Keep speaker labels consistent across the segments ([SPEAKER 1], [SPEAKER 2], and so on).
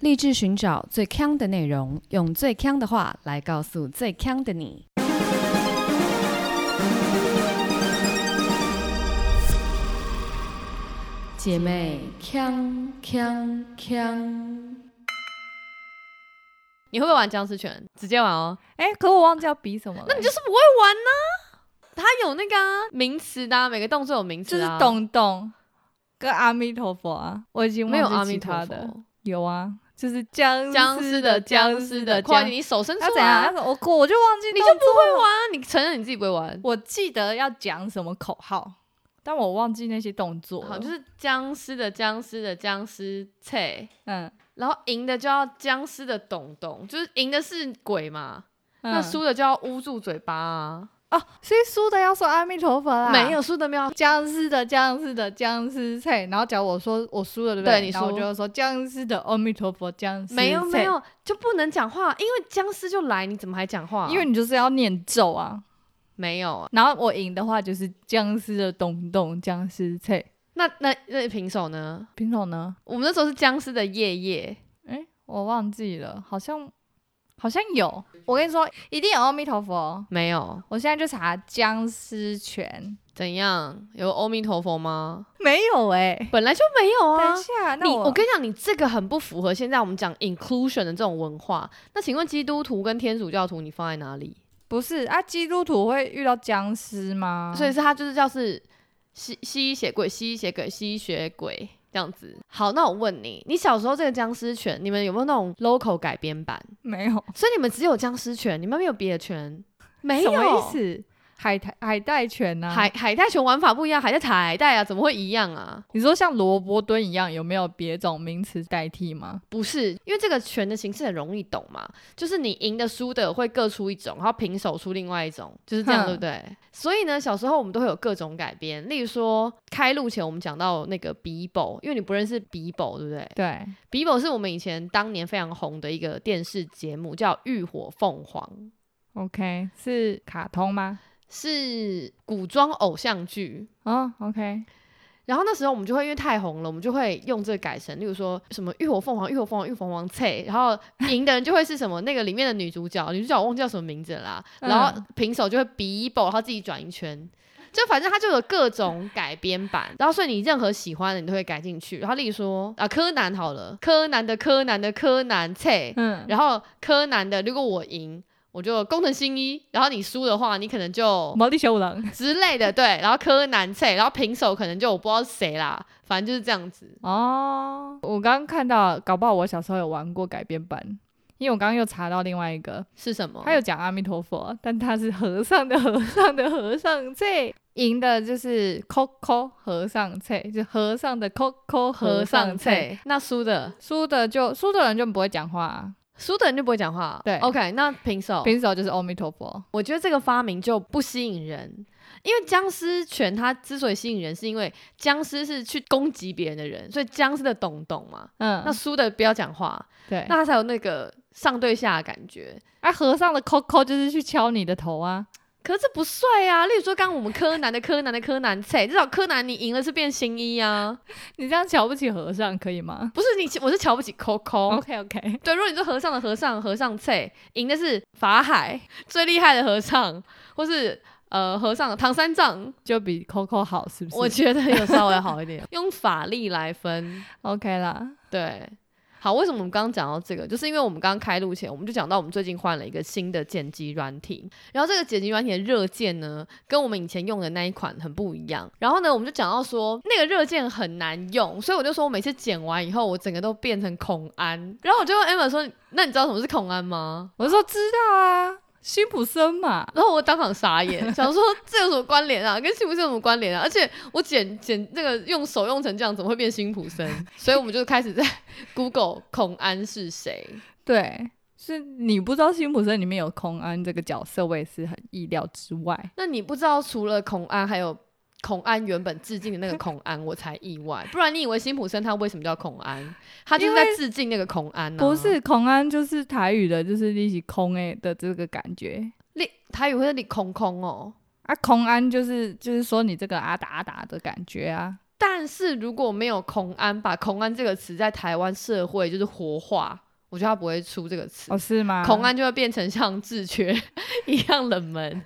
[SPEAKER 1] 立志寻找最强的内容，用最强的话来告诉最强的你。姐妹，强强强！
[SPEAKER 2] 你会不会玩僵尸拳？直接玩哦。
[SPEAKER 3] 哎、可我忘记要比什么了、
[SPEAKER 2] 那你就是不会玩呢、它有那个、啊、名词的、啊，每个动作有名
[SPEAKER 3] 就
[SPEAKER 2] 词、
[SPEAKER 3] 是
[SPEAKER 2] 啊。
[SPEAKER 3] 懂懂跟阿弥陀佛啊，我已经
[SPEAKER 2] 没有
[SPEAKER 3] 忘记
[SPEAKER 2] 阿
[SPEAKER 3] 其
[SPEAKER 2] 弥陀
[SPEAKER 3] 他
[SPEAKER 2] 佛
[SPEAKER 3] 的，有啊，就是僵
[SPEAKER 2] 僵
[SPEAKER 3] 尸
[SPEAKER 2] 尸
[SPEAKER 3] 的
[SPEAKER 2] 的僵尸的，快点，
[SPEAKER 3] 僵
[SPEAKER 2] 你手伸出
[SPEAKER 3] 要怎
[SPEAKER 2] 来
[SPEAKER 3] 样？
[SPEAKER 2] 啊
[SPEAKER 3] 要。怎我我我就忘记，
[SPEAKER 2] 你就不会玩啊！你承认你自己不会玩。
[SPEAKER 3] 我记得要讲什么口号，但我忘记那些动作了。
[SPEAKER 2] 好，就是僵尸的僵尸的僵尸菜，
[SPEAKER 3] 嗯，
[SPEAKER 2] 然后赢的就要僵尸的董董，就是赢的是鬼嘛，那
[SPEAKER 3] 嗯
[SPEAKER 2] 输的就要捂住嘴巴啊。
[SPEAKER 3] 哦，所以输的要说阿弥陀佛啦，哦
[SPEAKER 2] 没有输的没有，
[SPEAKER 3] 僵尸的僵尸的僵尸菜，然后假如我说我输了，对不
[SPEAKER 2] 对你
[SPEAKER 3] 然后我
[SPEAKER 2] 输
[SPEAKER 3] 就说僵尸的阿弥陀佛僵尸
[SPEAKER 2] 没有
[SPEAKER 3] 菜
[SPEAKER 2] 没，有就不能讲话，因为僵尸就来，你怎么还讲话？
[SPEAKER 3] 因为你就是要念咒啊。
[SPEAKER 2] 没有啊。
[SPEAKER 3] 然后我赢的话就是僵尸的东东僵尸菜，
[SPEAKER 2] 那那那平手呢？
[SPEAKER 3] 品种呢？
[SPEAKER 2] 我们那时候是僵尸的夜夜，
[SPEAKER 3] 诶，我忘记了，好像好像有。我跟你说，一定有阿弥陀佛。
[SPEAKER 2] 没有
[SPEAKER 3] 我现在就查僵尸拳，
[SPEAKER 2] 怎样？有阿弥陀佛吗？
[SPEAKER 3] 没有哎、
[SPEAKER 2] 本来就没有啊。
[SPEAKER 3] 等一下，那
[SPEAKER 2] 你
[SPEAKER 3] 我
[SPEAKER 2] 我跟你讲，你这个很不符合现在我们讲 inclusion 的这种文化。那请问基督徒跟天主教徒你放在哪里？
[SPEAKER 3] 不是啊，基督徒会遇到僵尸吗？
[SPEAKER 2] 所以是他就是叫是吸吸血鬼、吸血鬼、吸血鬼这样子。好，那我问你，你小时候这个僵尸拳，你们有没有那种 local 改编版？
[SPEAKER 3] 没有，
[SPEAKER 2] 所以你们只有僵尸拳，你们没有别的拳？没
[SPEAKER 3] 什
[SPEAKER 2] 有。
[SPEAKER 3] 么意思？海苔海带拳呢、啊？
[SPEAKER 2] 海海带拳玩法不一样，海带海带啊，怎么会一样啊？
[SPEAKER 3] 你说像萝卜蹲一样，有没有别种名词代替吗？
[SPEAKER 2] 不是，因为这个拳的形式很容易懂嘛，就是你赢的、输的会各出一种，然后平手出另外一种，就是这样，
[SPEAKER 3] 哼
[SPEAKER 2] 对不对？所以呢，小时候我们都会有各种改编，例如说开路前我们讲到那个比宝，因为你不认识比宝，对不对？
[SPEAKER 3] 对，
[SPEAKER 2] 比宝是我们以前当年非常红的一个电视节目，叫《浴火凤凰》，
[SPEAKER 3] OK，是卡通吗？
[SPEAKER 2] 是古装偶像剧。
[SPEAKER 3] 哦，OK，
[SPEAKER 2] 然后那时候我们就会因为太红了，我们就会用这个改成，例如说什么浴火凤凰、浴火凤凰、浴火凤凰菜，然后赢的人就会是什么那个里面的女主角，女主角我忘记叫什么名字了啦，
[SPEAKER 3] 嗯
[SPEAKER 2] 然后平手就会比一 b 然后自己转一圈。就反正它就有各种改编版，然后所以你任何喜欢的你都会改进去。然后例如说啊，柯南好了，柯南的柯南的柯南菜，
[SPEAKER 3] 嗯，
[SPEAKER 2] 然后柯南的如果我赢，我就工藤新一；然后你输的话，你可能就
[SPEAKER 3] 毛利小五郎。
[SPEAKER 2] 之类的，对，然后柯南菜，然后平手可能就我不知道是谁啦，反正就是这样子。
[SPEAKER 3] 哦，我刚刚看到，搞不好我小时候有玩过改编版，因为我刚刚又查到另外一个，
[SPEAKER 2] 是什么？
[SPEAKER 3] 他有讲阿弥陀佛，但他是和尚的 和尚的和尚这赢的就是扣扣和尚菜，就和尚的扣扣
[SPEAKER 2] 和
[SPEAKER 3] 和
[SPEAKER 2] 尚
[SPEAKER 3] 尚菜，
[SPEAKER 2] 菜，那输的
[SPEAKER 3] 输的就输的人就不会讲话、啊，
[SPEAKER 2] 输的人就不会讲话。
[SPEAKER 3] 对
[SPEAKER 2] ，OK，那平手，
[SPEAKER 3] 平手就是阿弥陀佛。
[SPEAKER 2] 我觉得这个发明就不吸引人，因为僵尸拳它之所以吸引人，是因为僵尸是去攻击别人的人，所以僵尸的懂懂嘛，
[SPEAKER 3] 嗯，
[SPEAKER 2] 那输的不要讲话，
[SPEAKER 3] 对，
[SPEAKER 2] 那他才有那个上对下的感觉。
[SPEAKER 3] 啊和尚的扣扣就是去敲你的头啊，
[SPEAKER 2] 可是这不帅啊！例如说，刚刚我们柯南的柯南的柯南菜，至少柯南你赢了是变新一啊，
[SPEAKER 3] 你这样瞧不起和尚可以吗
[SPEAKER 2] 不是你，我是瞧不起 Coco。
[SPEAKER 3] ？OK OK，
[SPEAKER 2] 对，如果你说和尚的和尚和尚菜，赢的是法海最厉害的和尚， 或是呃和尚唐三藏，
[SPEAKER 3] 就比 Coco 好是不是？
[SPEAKER 2] 我觉得有稍微好一 点，用法力来分。
[SPEAKER 3] OK 啦，
[SPEAKER 2] 对，好，为什么我们刚刚讲到这个？就是因为我们刚刚开录前，我们就讲到我们最近换了一个新的剪辑软体，然后这个剪辑软体的热键呢，跟我们以前用的那一款很不一样。然后呢，我们就讲到说那个热键很难用，所以我就说我每次剪完以后，我整个都变成孔安。然后我就问 Emma 说：“那你知道什么是孔安吗
[SPEAKER 3] 我说知道啊，辛普森嘛？”，
[SPEAKER 2] 然后我当场傻眼，想说这有什么关联啊？跟辛普森有什么关联啊？而且我剪剪那个用手用成这样，怎么会变辛普森？所以我们就开始在 Google 孔安是谁。
[SPEAKER 3] 对，是你不知道辛普森里面有空安这个角色，我也是很意料之外。
[SPEAKER 2] 那你不知道除了孔安，还有孔安原本致敬的那个孔安，我才意外。不然你以为辛普森他为什么叫孔安？他就是在致敬那个孔安呢、啊
[SPEAKER 3] 不是空安就是台语的，就是一起空诶的这个感觉
[SPEAKER 2] 你，他以为是你空空哦。
[SPEAKER 3] 啊啊，空安就是就是说你这个阿达阿达的感觉啊，
[SPEAKER 2] 但是如果没有“孔安”，把“孔安”这个词在台湾社会就是活化，我觉得它不会出这个词。
[SPEAKER 3] 哦是吗？
[SPEAKER 2] 孔安就会变成像智缺 一样冷门，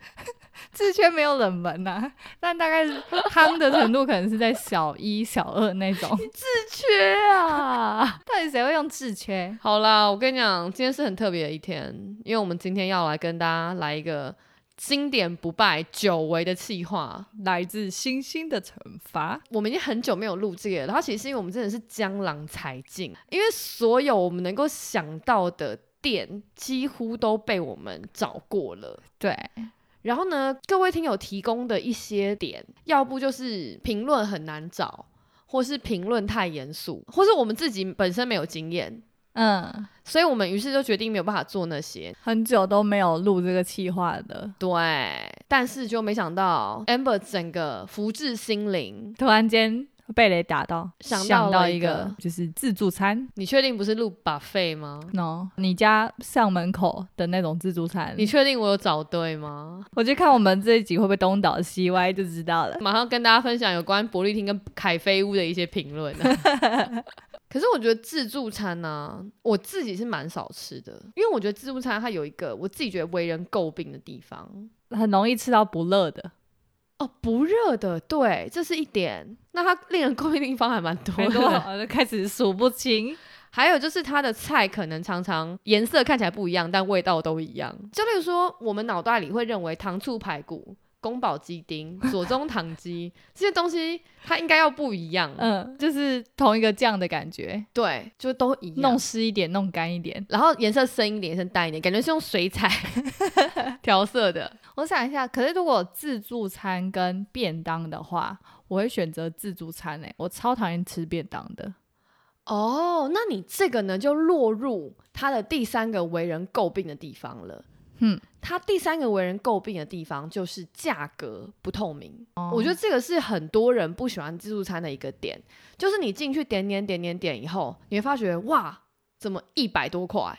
[SPEAKER 3] 字圈没有冷门呐、 但大概是夯的程度可能是在小一、小二那种。
[SPEAKER 2] 智缺啊！
[SPEAKER 3] 到底谁会用字圈？
[SPEAKER 2] 好啦，我跟你讲，今天是很特别的一天，因为我们今天要来跟大家来一个经典不败、久违的气话。
[SPEAKER 3] 来自星星的惩罚。
[SPEAKER 2] 我们已经很久没有录这个了，然后其实是因为我们真的是江郎才尽，因为所有我们能够想到的店几乎都被我们找过了。
[SPEAKER 3] 对，
[SPEAKER 2] 然后呢，各位听友提供的一些点，要不就是评论很难找，或是评论太严肃，或是我们自己本身没有经验，
[SPEAKER 3] 嗯，
[SPEAKER 2] 所以我们于是就决定没有办法做那些。
[SPEAKER 3] 很久都没有录这个企划的，
[SPEAKER 2] 对，但是就没想到 Amber 整个福至心灵，
[SPEAKER 3] 突然间被雷打到，
[SPEAKER 2] 想到
[SPEAKER 3] 想到
[SPEAKER 2] 了一
[SPEAKER 3] 一
[SPEAKER 2] 个
[SPEAKER 3] 个就是自助餐。
[SPEAKER 2] 你确定不是录 buffet 吗？
[SPEAKER 3] 喏，你家上门口的那种自助餐，
[SPEAKER 2] 你确定我有找对吗？
[SPEAKER 3] 我就看我们这一集会不会东倒西歪就知道了。
[SPEAKER 2] 马上跟大家分享有关伯利汀跟凯菲屋的一些评论、啊。可是我觉得自助餐呢、我自己是蛮少吃的，因为我觉得自助餐它有一个我自己觉得为人诟病的地方
[SPEAKER 3] 很容易吃到不热 的，
[SPEAKER 2] 哦，不热的，对，这是一点。那它令人诟病的地方还蛮多
[SPEAKER 3] 很
[SPEAKER 2] 的，
[SPEAKER 3] 多我就开始数不清。
[SPEAKER 2] 还有就是它的菜可能常常颜色看起来不一样，但味道都一样。就例如说，我们脑袋里会认为糖醋排骨、宫保鸡丁、左宗棠鸡 这些东西，它应该要不一样。
[SPEAKER 3] 嗯，就是同一个酱的感觉，
[SPEAKER 2] 对，就都一样。
[SPEAKER 3] 弄湿一点，弄干一点。
[SPEAKER 2] 然后颜色深一点，颜色淡一点，感觉是用水彩调色的。
[SPEAKER 3] 我想一下，可是如果自助餐跟便当的话，我会选择自助餐诶、欸我超讨厌吃便当的。
[SPEAKER 2] 哦，那你这个呢，就落入他的第三个为人诟病的地方了。
[SPEAKER 3] 嗯，
[SPEAKER 2] 他第三个为人诟病的地方就是价格不透明。我觉得这个是很多人不喜欢自助餐的一个点，就是你进去点点点点点以后，你会发觉哇，怎么一百多块？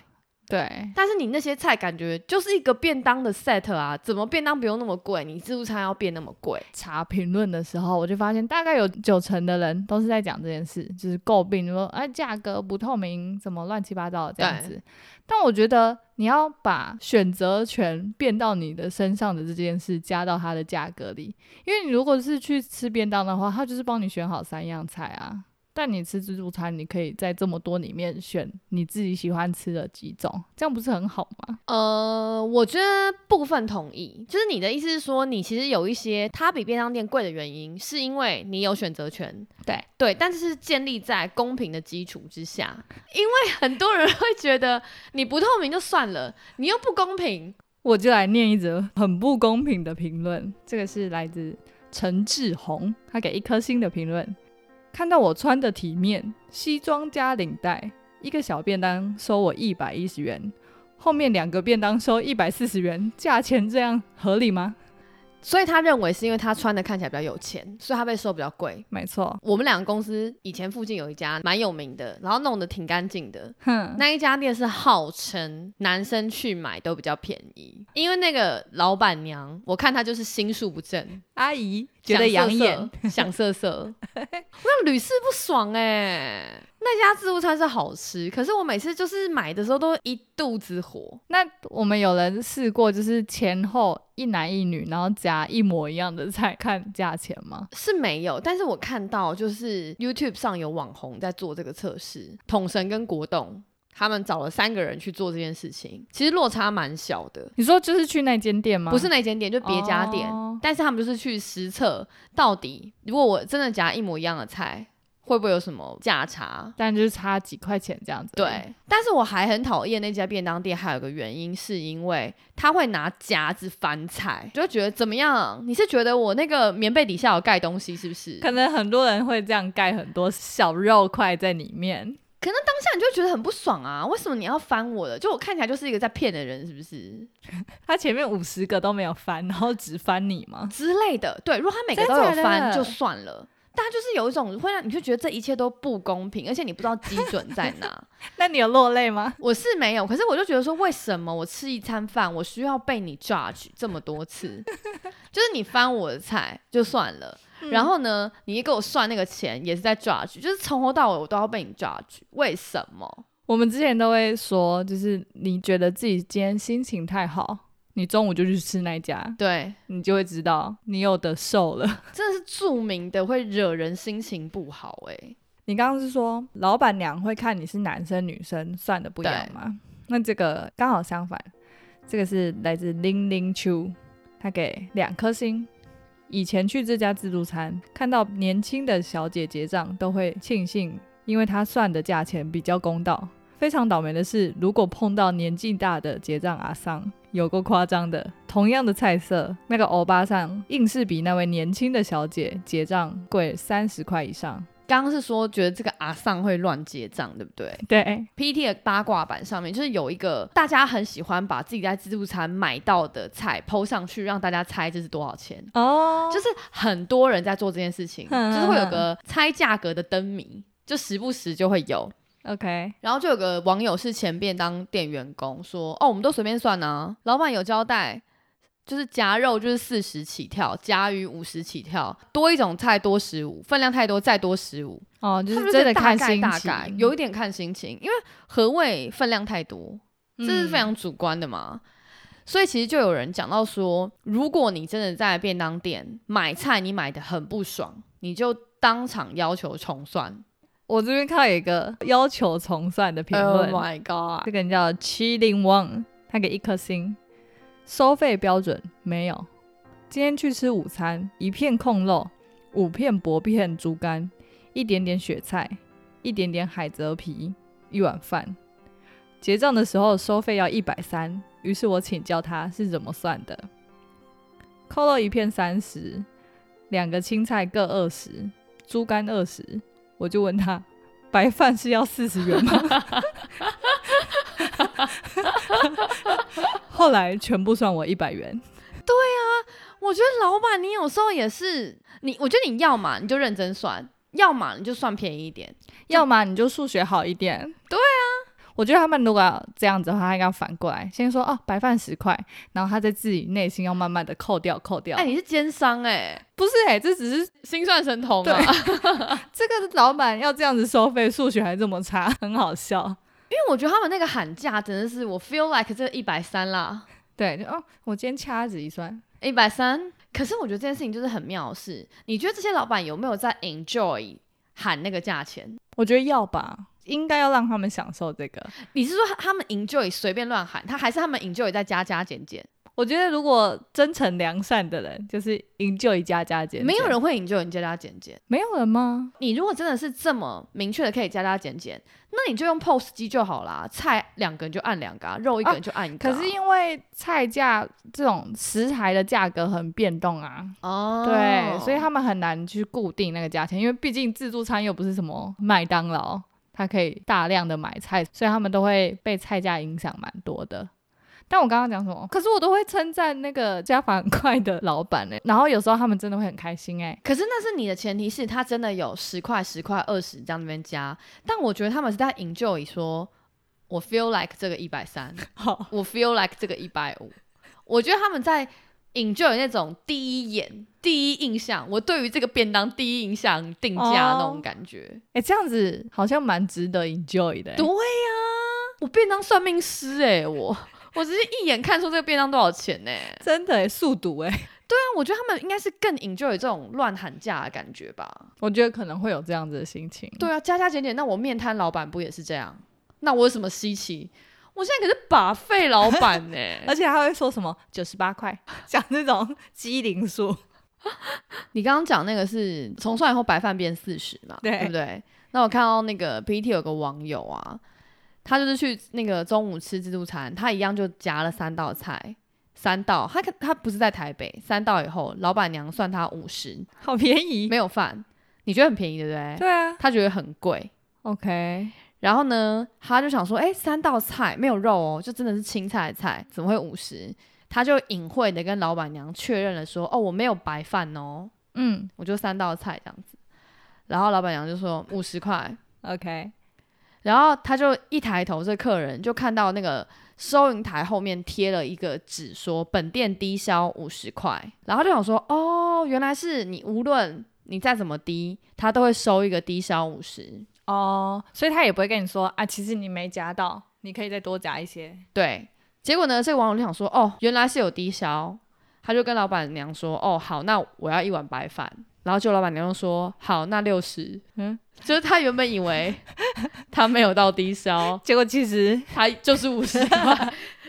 [SPEAKER 3] 对，
[SPEAKER 2] 但是你那些菜感觉就是一个便当的 set 啊，怎么便当不用那么贵，你自助餐要变那么贵？
[SPEAKER 3] 查评论的时候，我就发现大概有九成的人都是在讲这件事，就是诟病说哎价格不透明，怎么乱七八糟的这样
[SPEAKER 2] 对
[SPEAKER 3] 子。但我觉得你要把选择权变到你的身上的这件事加到它的价格里，因为你如果是去吃便当的话，它就是帮你选好三样菜啊。但你吃自助餐，你可以在这么多里面选你自己喜欢吃的几种，这样不是很好吗？
[SPEAKER 2] 呃，我觉得部分同意，就是你的意思是说，你其实有一些它比便当店贵的原因，是因为你有选择权，
[SPEAKER 3] 对
[SPEAKER 2] 对，但是是建立在公平的基础之下，因为很多人会觉得你不透明就算了，你又不公平，
[SPEAKER 3] 我就来念一则很不公平的评论，这个是来自陈志宏，他给一颗星的评论。看到我穿的体面，西装加领带，一个小便当收我一百一十元，后面两个便当收一百四十元，价钱这样合理吗？
[SPEAKER 2] 所以他认为是因为他穿的看起来比较有钱，所以他被收比较贵。
[SPEAKER 3] 没错，
[SPEAKER 2] 我们两个公司以前附近有一家蛮有名的，然后弄得挺干净的，
[SPEAKER 3] 哼，
[SPEAKER 2] 那一家店是号称男生去买都比较便宜，因为那个老板娘，我看她就是心术不正，
[SPEAKER 3] 阿姨觉得养眼，
[SPEAKER 2] 想色 色，我想屡试不爽哎、那家自助餐是好吃，可是我每次就是买的时候都一肚子火。
[SPEAKER 3] 那我们有人试过，就是前后一男一女，然后夹一模一样的菜，看价钱吗？
[SPEAKER 2] 是没有，但是我看到就是 YouTube 上有网红在做这个测试，统神跟国栋他们找了三个人去做这件事情，其实落差蛮小的。
[SPEAKER 3] 你说就是去那间店吗？
[SPEAKER 2] 不是那间店，就别家店。
[SPEAKER 3] 哦
[SPEAKER 2] 但是他们就是去实测，到底如果我真的夹一模一样的菜，会不会有什么价差？
[SPEAKER 3] 但就是差几块钱这样子。
[SPEAKER 2] 对，但是我还很讨厌那家便当店，还有一个原因是因为他会拿夹子翻菜，就会觉得怎么样？你是觉得我那个棉被底下有盖东西是不是？
[SPEAKER 3] 可能很多人会这样盖很多小肉块在里面。
[SPEAKER 2] 当下你就会觉得很不爽啊！为什么你要翻我的？就我看起来就是一个在骗的人，是不是
[SPEAKER 3] 他前面五十个都没有翻，然后只翻你吗？
[SPEAKER 2] 之类的？对，如果他每个都
[SPEAKER 3] 真
[SPEAKER 2] 有
[SPEAKER 3] 假的
[SPEAKER 2] 翻就算了，但他就是有一种会让你就觉得这一切都不公平，而且你不知道基准在哪。
[SPEAKER 3] 那你有落泪吗？
[SPEAKER 2] 我是没有，可是我就觉得说，为什么我吃一餐饭，我需要被你 judge 这么多次？就是你翻我的菜就算了，然后呢，你一给我算那个钱，也是在 judge，就是从头到尾我都要被你 judge，为什么？
[SPEAKER 3] 我们之前都会说，就是你觉得自己今天心情太好，你中午就去吃那一家，
[SPEAKER 2] 对，
[SPEAKER 3] 你就会知道你有的瘦了。
[SPEAKER 2] 真的是著名的会惹人心情不好哎、
[SPEAKER 3] 你刚刚是说老板娘会看你是男生女生算的不一样
[SPEAKER 2] 对
[SPEAKER 3] 吗？那这个刚好相反，这个是来自零零秋，他给两颗星。以前去这家自助餐，看到年轻的小姐结账，都会庆幸，因为她算的价钱比较公道。非常倒霉的是，如果碰到年纪大的结账阿桑，有够夸张的。同样的菜色，那个欧巴桑硬是比那位年轻的小姐结账贵三十块以上。
[SPEAKER 2] 刚刚是说觉得这个阿尚会乱结账，对不对
[SPEAKER 3] 对，
[SPEAKER 2] ？PT 的八卦版上面就是有一个大家很喜欢把自己在自助餐买到的菜抛上去，让大家猜这是多少钱。
[SPEAKER 3] 哦
[SPEAKER 2] 就是很多人在做这件事情，
[SPEAKER 3] 嗯
[SPEAKER 2] 就是会有个猜价格的灯谜，就时不时就会有。
[SPEAKER 3] OK，
[SPEAKER 2] 然后就有个网友是前便当店员工说：“哦，我们都随便算啊，老板有交代，就是夹肉就是四十起跳，夹鱼五十起跳，多一种菜多十五，分量太多再多十五。”
[SPEAKER 3] 哦，就
[SPEAKER 2] 他
[SPEAKER 3] 是
[SPEAKER 2] 们
[SPEAKER 3] 真的
[SPEAKER 2] 大
[SPEAKER 3] 看
[SPEAKER 2] 概
[SPEAKER 3] 心
[SPEAKER 2] 大
[SPEAKER 3] 情
[SPEAKER 2] 概，嗯有一点看心情，因为何谓分量太多，这是
[SPEAKER 3] 嗯
[SPEAKER 2] 非常主观的嘛。所以其实就有人讲到说，如果你真的在便当店买菜，你买的很不爽，你就当场要求重算。
[SPEAKER 3] 我这边看到有一个要求重算的评
[SPEAKER 2] Oh
[SPEAKER 3] 论
[SPEAKER 2] my god！
[SPEAKER 3] 这个人叫七零 one，他给一颗星，收费标准没有。今天去吃午餐，一片控肉，五片薄片猪肝，一点点雪菜，一点点海蜇皮，一碗饭。结账的时候收费要一百三，于是我请教他是怎么算的。扣肉一片三十，两个青菜各二十，猪肝二十，我就问他白饭是要四十元吗？后来全部算我一百元。
[SPEAKER 2] 我觉得老板，你有时候也是你，我觉得你要嘛你就认真算，要么你就算便宜一点。
[SPEAKER 3] 要么你就数学好一点。对啊，我觉得他们如果要这样子的话，他应该要反过来，先说哦白饭十块，然后他在自己内心要慢慢的扣掉扣掉。
[SPEAKER 2] 哎、你是奸商哎、
[SPEAKER 3] 不是哎、这只是
[SPEAKER 2] 心算神童
[SPEAKER 3] 对
[SPEAKER 2] 啊！
[SPEAKER 3] 这个老板要这样子收费，数学还这么差， 很好笑。
[SPEAKER 2] 因为我觉得他们那个喊价真的是，我 feel like 这一百三啦。
[SPEAKER 3] 对，就哦，我今天掐指一算，
[SPEAKER 2] 一百三。可是我觉得这件事情就是很妙的是，你觉得这些老板有没有在 enjoy 喊那个价钱？
[SPEAKER 3] 我觉得要吧，应该要让他们享受这个。
[SPEAKER 2] 你是说他他们 enjoy 随便乱喊，他还是他们 enjoy 在加加减减？
[SPEAKER 3] 我觉得如果真诚良善的人，就是营救一家家减，
[SPEAKER 2] 没有人会 enjoy 你加加减减。
[SPEAKER 3] 没有人吗？
[SPEAKER 2] 你如果真的是这么明确的可以加加减减，那你就用 POS 机就好啦，菜两个你就按两个、啊，肉一个
[SPEAKER 3] 啊
[SPEAKER 2] 你就按一个啊、
[SPEAKER 3] 可是因为菜价这种食材的价格很变动啊，
[SPEAKER 2] 哦，
[SPEAKER 3] 对，所以他们很难去固定那个价钱，因为毕竟自助餐又不是什么麦当劳，它可以大量的买菜，所以他们都会被菜价影响蛮多的。但我刚刚讲什么？可是我都会称赞那个加法很快的老板哎、然后有时候他们真的会很开心哎、
[SPEAKER 2] 可是那是你的前提是他真的有十块、十块、二十这样那边加，但我觉得他们是在 enjoy 说，我 feel like 这个一百三，
[SPEAKER 3] 好，
[SPEAKER 2] 我 feel like 这个一百五。我觉得他们在 enjoy 那种第一眼、第一印象，我对于这个便当第一印象定价
[SPEAKER 3] 哦
[SPEAKER 2] 那种感觉。
[SPEAKER 3] 哎、这样子好像蛮值得 enjoy 的、欸
[SPEAKER 2] 对。呀、我便当算命师哎、我我只是一眼看出这个便当多少钱呢、欸？
[SPEAKER 3] 真的、欸、速读哎、
[SPEAKER 2] 但我觉得他们应该是更 enjoy 这种乱喊价的感觉吧。
[SPEAKER 3] 我觉得可能会有这样子的心情。
[SPEAKER 2] 对啊，加加减减，那我面摊老板不也是这样？那我有什么稀奇？我现在可是把费老板呢、
[SPEAKER 3] 而且他会说什么九十八块， 讲那种机灵数。
[SPEAKER 2] 你刚刚讲那个是重算以后白饭变四十嘛，
[SPEAKER 3] 对
[SPEAKER 2] 不对？那我看到那个 PPT 有个网友啊，他就是去那个中午吃自助餐，他一样就夹了三道菜，三道，他可他不是在台北，三道以后老板娘算他五十，
[SPEAKER 3] 好便宜。
[SPEAKER 2] 没有饭，你觉得很便宜对不对？
[SPEAKER 3] 对啊
[SPEAKER 2] 他觉得很贵，
[SPEAKER 3] ，OK，
[SPEAKER 2] 然后呢，他就想说，哎，三道菜没有肉哦，就真的是青菜的菜，怎么会五十？他就隐晦的跟老板娘确认了说，哦，我没有白饭哦，
[SPEAKER 3] 嗯
[SPEAKER 2] 我就三道菜这样子。然后老板娘就说五十块，
[SPEAKER 3] ，OK，
[SPEAKER 2] 然后他就一抬头，这客人就看到那个收银台后面贴了一个纸，说本店低消五十块，然后就想说，哦，原来是你无论你再怎么低，他都会收一个低消五十。
[SPEAKER 3] 哦，所以他也不会跟你说啊，其实你没夹到，你可以再多夹一些。
[SPEAKER 2] 对，结果呢，这个网友就想说，哦，原来是有低消，他就跟老板娘说，哦，好，那我要一碗白饭。然后就老板娘就说，好，那六十。嗯
[SPEAKER 3] 嗯，
[SPEAKER 2] 就是他原本以 为他没有到低消，
[SPEAKER 3] 结果其实，
[SPEAKER 2] 他就是五十块。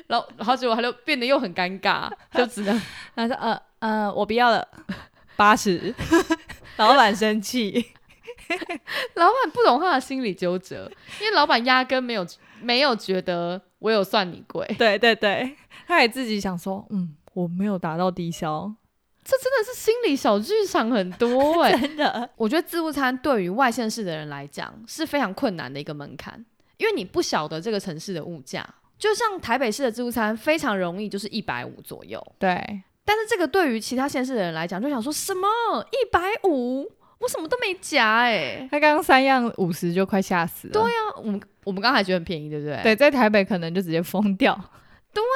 [SPEAKER 2] 然后，然后结果他就变得又很尴尬，就只 能
[SPEAKER 3] 他说呃呃，我不要了， 八十。 老板生气，
[SPEAKER 2] 老板不懂他的心理纠折，因为老板压根没有没有觉得我有算你贵，
[SPEAKER 3] 对对对，他也自己想说，嗯，我没有达到低消，
[SPEAKER 2] 这真的是心理小剧场很多 哎、
[SPEAKER 3] 真的，
[SPEAKER 2] 我觉得自助餐对于外县市的人来讲是非常困难的一个门槛，因为你不晓得这个城市的物价。就像台北市的自助餐非常容易，就是一百五左右，
[SPEAKER 3] 对
[SPEAKER 2] 但是这个对于其他县市的人来讲，就想说什么一百五，我什么都没夹哎、
[SPEAKER 3] 他刚刚三样五十就快吓死了。
[SPEAKER 2] 对呀、我们我们刚才觉得很便宜，对不对？
[SPEAKER 3] 对，在台北可能就直接疯 掉。
[SPEAKER 2] 对
[SPEAKER 3] 呀、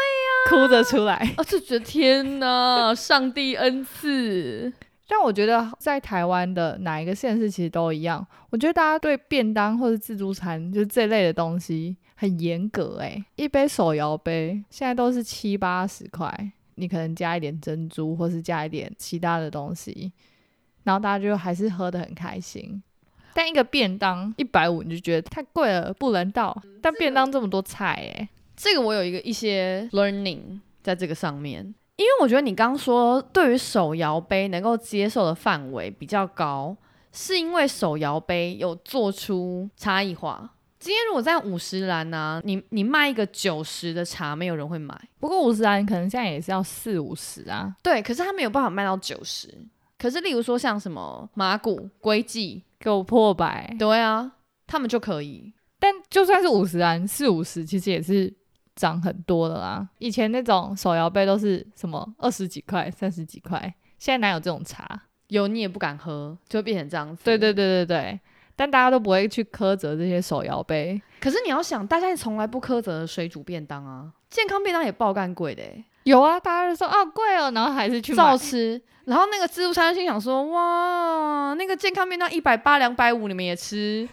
[SPEAKER 3] 哭着出来。
[SPEAKER 2] 啊，就觉得天哪，上帝恩赐，
[SPEAKER 3] 但我觉得在台湾的哪一个县市其实都一样。我觉得大家对便当或是自助餐就是这类的东西很严格诶、一杯手摇杯现在都是七八十块，你可能加一点珍珠或是加一点其他的东西，然后大家就还是喝得很开心。但一个便当一百五，你就觉得太贵了，不人道。但便当这么多菜欸诶、
[SPEAKER 2] 这个我有一个一些 learning 在这个上面，因为我觉得你刚说对于手摇杯能够接受的范围比较高，是因为手摇杯有做出差异化。今天如果在五十兰呢、你你卖一个九十的茶，没有人会买。
[SPEAKER 3] 不过五十兰可能现在也是要四五十啊，
[SPEAKER 2] 对，可是它没有办法卖到九十。可是例如说像什么麻古、龟记，
[SPEAKER 3] 给我破百。
[SPEAKER 2] 对啊，他们就可以。
[SPEAKER 3] 但就算是五十兰四五十，其实也是涨很多的啦。以前那种手摇杯都是什么二十几块、三十几块，现在哪有这种茶？
[SPEAKER 2] 有你也不敢喝，就会变成这样子。
[SPEAKER 3] 对对对对对，但大家都不会去苛责这些手摇杯。
[SPEAKER 2] 可是你要想，大家也从来不苛责水煮便当啊，健康便当也爆干贵的、欸，
[SPEAKER 3] 有啊，大家就说啊贵哦，然后还是去
[SPEAKER 2] 照
[SPEAKER 3] 买。
[SPEAKER 2] 吃。然后那个自助餐心想说，哇，那个健康便当一百八、两百五，你们也吃，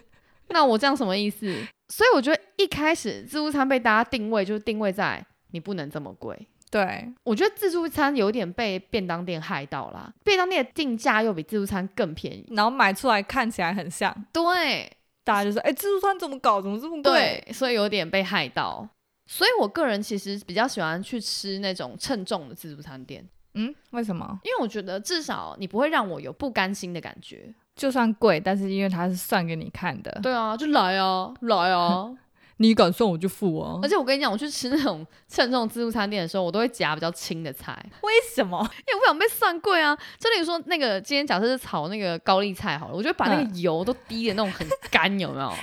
[SPEAKER 2] 那我这样什么意思？所以我觉得一开始自助餐被大家定位就是定位在你不能这么贵。
[SPEAKER 3] 对
[SPEAKER 2] 我觉得自助餐有点被便当店害到啦，便当店的定价又比自助餐更便宜。
[SPEAKER 3] 然后买出来看起来很像，
[SPEAKER 2] 对，
[SPEAKER 3] 大家就说哎、自助餐怎么搞，怎么这么贵？
[SPEAKER 2] 对，所以有点被害到。所以我个人其实比较喜欢去吃那种称重的自助餐店，
[SPEAKER 3] 嗯，为什么？
[SPEAKER 2] 因为我觉得至少你不会让我有不甘心的感觉。
[SPEAKER 3] 就算贵，但是因为它是算给你看的，
[SPEAKER 2] 对啊，就来啊，来啊！
[SPEAKER 3] 你敢算我就付哦
[SPEAKER 2] 而且我跟你讲，我去吃那种称重自助餐店的时候，我都会夹比较轻的菜，
[SPEAKER 3] 为什么？
[SPEAKER 2] 因为我不想被算贵啊。就例如说，那个今天假设是炒那个高丽菜好了，我就会把那个油都滴的那种很干，有没有？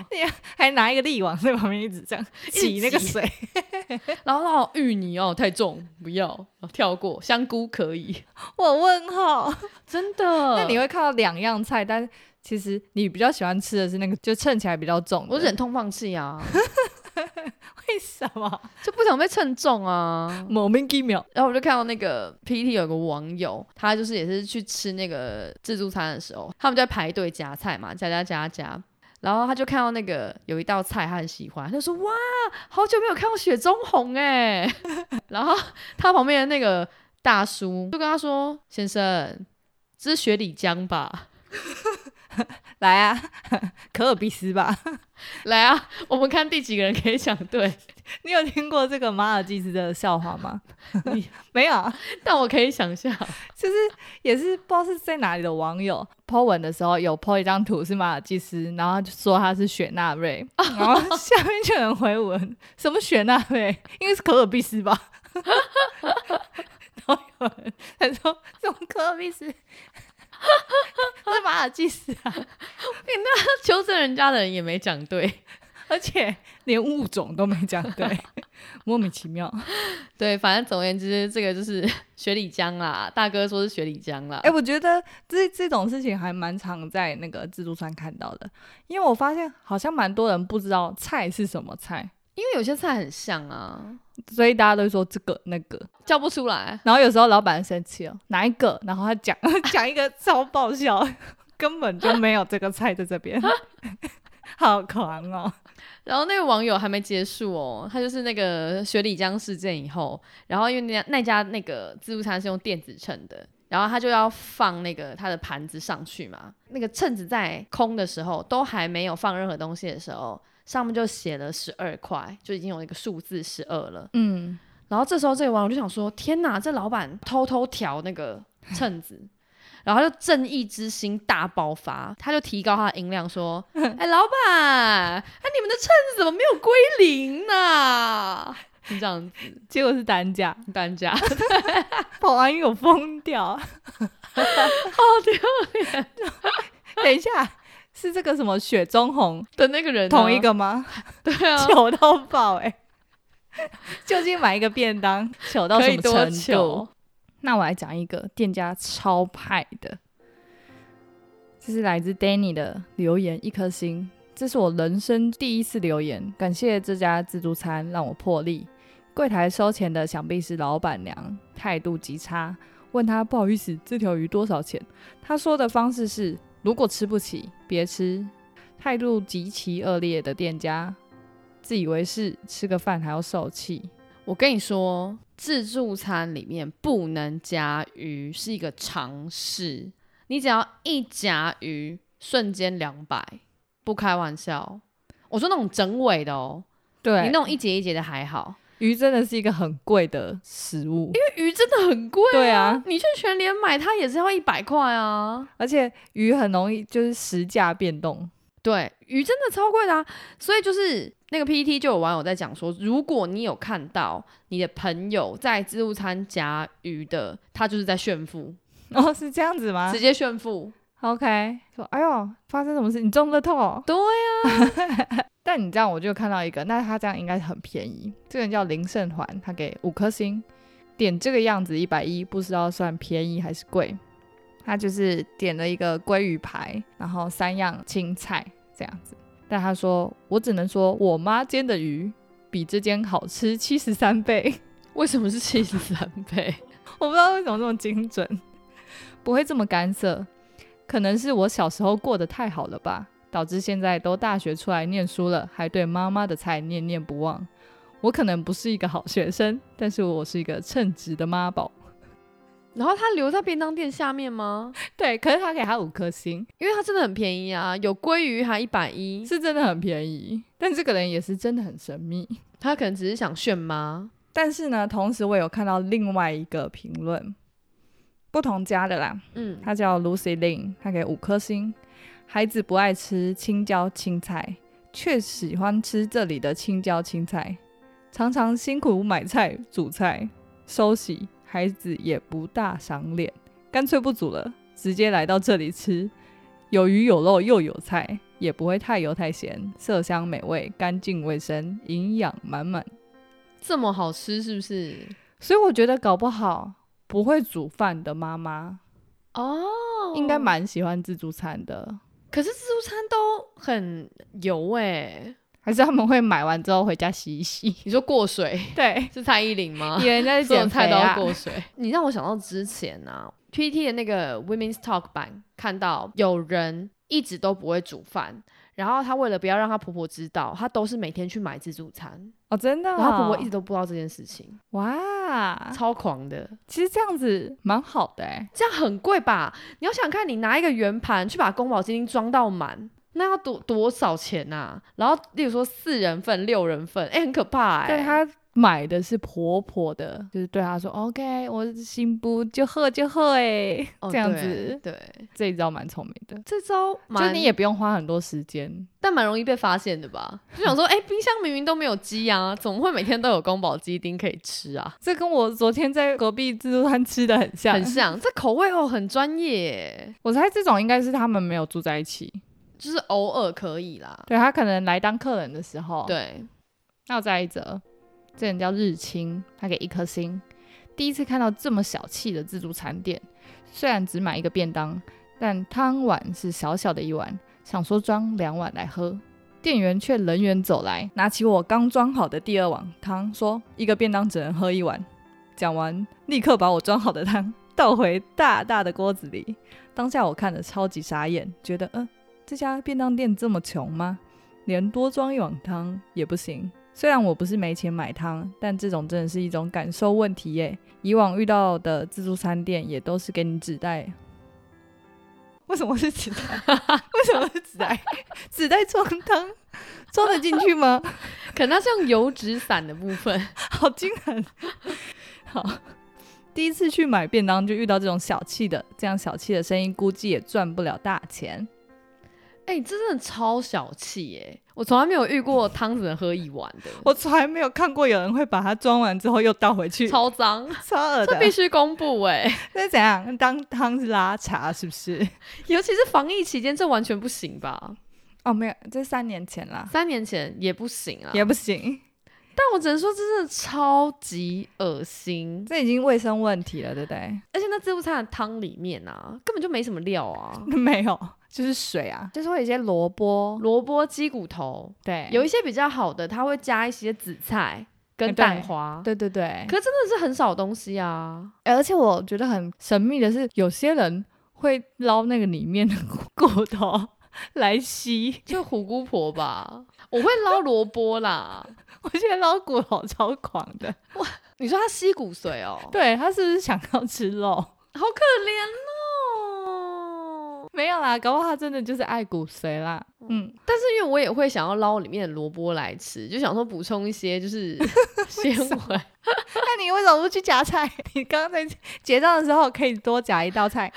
[SPEAKER 3] 还拿一个力往在旁边一直这样
[SPEAKER 2] 挤
[SPEAKER 3] 挤那个水，
[SPEAKER 2] 然后哦，芋泥哦太重，不要，跳过。香菇可以，
[SPEAKER 3] 我问号。
[SPEAKER 2] 真的。
[SPEAKER 3] 那你会看到两样菜，但是其实你比较喜欢吃的是那个，就称起来比较重的。
[SPEAKER 2] 我忍痛放弃啊，
[SPEAKER 3] 为什么？
[SPEAKER 2] 就不想被称重啊。
[SPEAKER 3] 某命一秒，
[SPEAKER 2] 然后我就看到那个 PT 有个网友，他就是也是去吃那个自助餐的时候，他们就在排队夹菜嘛，夹夹夹夹。然后他就看到那个有一道菜，他很喜欢，他就说：“哇，好久没有看到雪中红哎。” 然后他旁边的那个大叔就跟他说：“先生，这是雪里江吧？
[SPEAKER 3] 来啊， 可尔必斯吧？
[SPEAKER 2] 来啊，我们看第几个人可以讲对，
[SPEAKER 3] 你有听过这个马尔济斯的笑话吗？ 你没有啊？
[SPEAKER 2] 但我可以想象。”
[SPEAKER 3] 就是也是不知道是在哪里的网友 po 文的时候有 po 一张图是马尔济斯，然后他就说他是雪纳瑞，然后下面就有人回文什么雪纳瑞，应该是可尔必斯吧。然后有人他说什么可尔必斯，是马尔济斯啊，
[SPEAKER 2] 纠正人家的人也没讲对，
[SPEAKER 3] 而且连物种都没讲对，莫名其妙。
[SPEAKER 2] 对，反正总而言之，这个就是 雪里江啦。大哥说是雪里江啦，
[SPEAKER 3] 哎、我觉得这这种事情还蛮常在那个自助餐看到的，因为我发现好像蛮多人不知道菜是什么菜，
[SPEAKER 2] 因为有些菜很像啊，
[SPEAKER 3] 所以大家都说这个那个，
[SPEAKER 2] 叫不出来。
[SPEAKER 3] 哦 然后有时候老板生气了，哪一个？然后他讲讲一个超爆笑，根本就没有这个菜在这边，好狂哦！
[SPEAKER 2] 然后那个网友还没结束哦，他就是那个雪里江事件以后，然后因为那家那家那个自助餐是用电子秤的，然后他就要放那个他的盘子上去嘛，那个秤子在空的时候，都还没有放任何东西的时候，上面就写了十二块，就已经有一个数字十二了。
[SPEAKER 3] 嗯，
[SPEAKER 2] 然后这时候这个网友就想说：天哪，这老板偷偷调那 个秤子。然后他就正义之心大爆发，他就提高他的音量 说：“哎、老板，哎、你们的秤子怎么没有归零呢、 是这样子
[SPEAKER 3] 结果是单价，
[SPEAKER 2] 单 价，
[SPEAKER 3] 保安有疯掉， 好丢脸！等一下，是这个什么雪中红
[SPEAKER 2] 的那个人呢
[SPEAKER 3] 同一，个吗？
[SPEAKER 2] 对啊，
[SPEAKER 3] 糗到爆哎、 就近买一个便当，糗 到
[SPEAKER 2] 可
[SPEAKER 3] 什
[SPEAKER 2] 以
[SPEAKER 3] 么
[SPEAKER 2] 多
[SPEAKER 3] 程
[SPEAKER 2] 久
[SPEAKER 3] 度？？那我来讲一个店家超派的，这是来自 Danny 的留言，一颗星。这是我人生第一次留言，感谢这家自助餐让我破例。柜台收钱的想必是老板娘，态度极差。问他不好意思，这条鱼多少钱？他说的方式是如果吃不起别吃，态度极其恶劣的店家，自以为是，吃个饭还要受气。
[SPEAKER 2] 我跟你说，自助餐里面不能夹鱼是一个常识，你只要一夹鱼，瞬间两百，不开玩笑。我说那种整尾的哦，
[SPEAKER 3] 对，
[SPEAKER 2] 你那种一节一节的还好，
[SPEAKER 3] 鱼真的是一个很贵的食物，
[SPEAKER 2] 因为鱼真的很贵、啊。
[SPEAKER 3] 对啊，
[SPEAKER 2] 你去全联买它也是要一百块啊。
[SPEAKER 3] 而且鱼很容易就是时价变动。
[SPEAKER 2] 对，鱼真的超贵的啊。所以就是那个 PPT 就有网友在讲说，如果你有看到你的朋友在自助餐夹鱼的，他就是在炫富，
[SPEAKER 3] 哦，是这样子吗
[SPEAKER 2] 直接炫富。
[SPEAKER 3] ？OK，说哎呦，发生什么事？你中乐透哦？
[SPEAKER 2] 对
[SPEAKER 3] 啊。但你这样我就看到一个，那他这样应该很便宜。这个人叫林胜环，他给五颗星，点这个样子一百一，不知道算便宜还是贵。他就是点了一个鲑鱼排，然后三样青菜这样子。但他说，我只能说我妈煎的鱼比这间好吃七十三倍。
[SPEAKER 2] 为什么是七十三倍？
[SPEAKER 3] 我不知道为什么这么精准，不会这么干涉，可能是我小时候过得太好了吧，导致现在都大学出来念书了，还对妈妈的菜念念不忘。我可能不是一个好学生，但是我是一个称职的妈宝。
[SPEAKER 2] 然后他留在便当店下面吗？
[SPEAKER 3] 对，可是他给他五颗星，
[SPEAKER 2] 因为它真的很便宜啊，有鲑鱼还一百一，
[SPEAKER 3] 是真的很便宜，但这个人也是真的很神秘。
[SPEAKER 2] 他可能只是想炫吗？
[SPEAKER 3] 但是呢，同时我有看到另外一个评论，不同家的啦，
[SPEAKER 2] 嗯，
[SPEAKER 3] 他叫 Lucy Lin，他给五颗星。孩子不爱吃青椒青菜，却喜欢吃这里的青椒青菜，常常辛苦买菜、煮菜、收洗，孩子也不大赏脸，干脆不煮了，直接来到这里吃，有鱼有肉又有菜，也不会太油太咸，色香美味，干净卫生，营养满满。
[SPEAKER 2] 这么好吃是不是？
[SPEAKER 3] 所以我觉得搞不好不会煮饭的妈妈
[SPEAKER 2] 哦，
[SPEAKER 3] 应该蛮喜欢自助餐的。
[SPEAKER 2] 可是自助餐都很油哎、
[SPEAKER 3] 还是他们会买完之后回家洗一洗？
[SPEAKER 2] 你说过 水
[SPEAKER 3] 对，
[SPEAKER 2] 是蔡依林吗？
[SPEAKER 3] 以为人家是
[SPEAKER 2] 所有
[SPEAKER 3] 减
[SPEAKER 2] 菜
[SPEAKER 3] 肥
[SPEAKER 2] 都要
[SPEAKER 3] 啊。
[SPEAKER 2] 过 水。你让我想到之前啊，PPT 的那个 Women's Talk 版，看到有人一直都不会煮饭，然后她为了不要让她婆婆知道，她都是每天去买自助餐，
[SPEAKER 3] 哦，真的、哦。啊
[SPEAKER 2] 然后她婆婆一直都不知道这件事情，
[SPEAKER 3] 哇，
[SPEAKER 2] 超狂的。
[SPEAKER 3] 其实这样子蛮好的哎。
[SPEAKER 2] 这样很贵吧？你要想看，你拿一个圆盘去把宫保鸡丁装到满，那要多多少钱呐、然后，例如说四人份、六人份，哎、很可怕哎、
[SPEAKER 3] 对她买的是婆婆的，就是对她说 OK，我心不就喝就喝哎，
[SPEAKER 2] 哦
[SPEAKER 3] 这样
[SPEAKER 2] 对
[SPEAKER 3] 子
[SPEAKER 2] 对，
[SPEAKER 3] 这一招蛮聪明的。
[SPEAKER 2] 这招
[SPEAKER 3] 就
[SPEAKER 2] 蛮
[SPEAKER 3] 你也不用花很多时间，
[SPEAKER 2] 但蛮容易被发现的吧？就想说，哎、冰箱明明都没有鸡啊，怎么会每天都有宫保鸡丁可以吃啊？
[SPEAKER 3] 这跟我昨天在隔壁自助餐吃的很像。
[SPEAKER 2] 很像，这口味哦，很专业耶，
[SPEAKER 3] 我猜这种应该是他们没有住在一起，
[SPEAKER 2] 就是偶尔可以啦。
[SPEAKER 3] 对他可能来当客人的时候，
[SPEAKER 2] 对，
[SPEAKER 3] 那我再一则，这人叫日清，他给一颗星。第一次看到这么小气的自助餐店，虽然只买一个便当，但汤碗是小小的一碗，想说装两碗来喝。店员却人远走来，拿起我刚装好的第二碗汤，说：“一个便当只能喝一碗。”讲完，立刻把我装好的汤 倒回大大的锅子里。当下我看的超级傻眼，觉得嗯，这家便当店这么穷吗？连多装一碗汤也不行。虽然我不是没钱买汤，但这种真的是一种感受问题耶。以往遇到的自助餐店也都是给你纸袋。为什么是 纸袋？为什么是纸 袋？纸袋装汤，装得进去 吗？
[SPEAKER 2] 可能它是用油纸伞的部分，
[SPEAKER 3] 好惊人！好，第一次去买便当就遇到这种小气的，这样小气的生意估计也赚不了大钱。
[SPEAKER 2] 哎、这真的超小气耶、我从来没有遇过汤只能喝一碗的，
[SPEAKER 3] 我从来没有看过有人会把它装完之后又倒回去，
[SPEAKER 2] 超 脏，
[SPEAKER 3] 超恶
[SPEAKER 2] 这
[SPEAKER 3] 的。
[SPEAKER 2] 必须公布哎、
[SPEAKER 3] 那怎样？当汤是拉茶是不是？
[SPEAKER 2] 尤其是防疫期间，这完全不行吧？
[SPEAKER 3] 哦，没有，这三年前啦，
[SPEAKER 2] 三年前也不行啊，
[SPEAKER 3] 也不行，
[SPEAKER 2] 但我只能说，真的超级恶心，
[SPEAKER 3] 这已经卫生问题了，对不对？
[SPEAKER 2] 而且那自助餐的汤里面啊，根本就没什么料啊，
[SPEAKER 3] 没有，就是水啊，
[SPEAKER 1] 就是会有一些萝卜，
[SPEAKER 2] 萝卜、鸡骨头，
[SPEAKER 3] 对
[SPEAKER 2] 有一些比较好的，它会加一些紫菜
[SPEAKER 3] 哎
[SPEAKER 2] 跟
[SPEAKER 3] 对
[SPEAKER 2] 蛋花，
[SPEAKER 3] 对对对，
[SPEAKER 2] 可真的是很少东西啊。
[SPEAKER 3] 欸而且我觉得很神秘的是，有些人会捞那个里面的骨 头来吸，
[SPEAKER 2] 就虎姑婆吧， 我会捞萝卜啦。
[SPEAKER 3] 我觉得捞骨头超狂的。
[SPEAKER 2] 你说它吸骨髓哦，
[SPEAKER 3] 对他是不是想要吃肉？
[SPEAKER 2] 好可怜哦。
[SPEAKER 3] 没有啦，搞不好他真的就是爱骨髓啦。嗯，
[SPEAKER 2] 但是因为我也会想要捞里面的萝卜来吃，就想说补充一些就是 纤维。
[SPEAKER 3] 那你为什么不去夹菜？ 你刚刚在结账的时候可以多夹一道菜。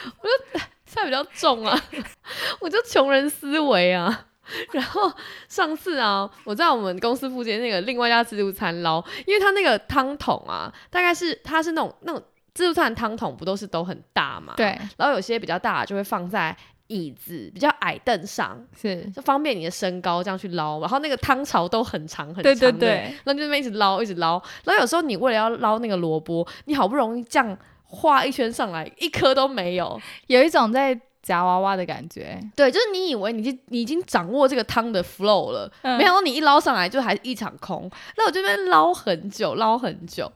[SPEAKER 2] 菜比较重啊， 我就穷人思维啊。然后上次啊，我在我们公司附近那个另外一家自助餐捞，因为它那个汤桶啊，大概是它是那种那种自助餐的汤桶不都是都很大嘛？。
[SPEAKER 3] 对，
[SPEAKER 2] 然后有些比较大的就会放在椅子比较矮凳上，
[SPEAKER 3] 是，
[SPEAKER 2] 就方便你的身高这样去捞。然后那个汤槽都很长很长，
[SPEAKER 3] 对对
[SPEAKER 2] 不
[SPEAKER 3] 对，
[SPEAKER 2] 然后就在那边一直捞，一直捞。然后有时候你为了要捞那个萝卜，你好不容易这样画一圈上来，一颗都没有。
[SPEAKER 3] 有一种在夹娃娃的感觉。
[SPEAKER 2] 对，就是你以为你已经你已经掌握这个汤的 flow 了，
[SPEAKER 3] 嗯
[SPEAKER 2] 没想到你一捞上来就还一场空。那我这边捞很久，捞很久，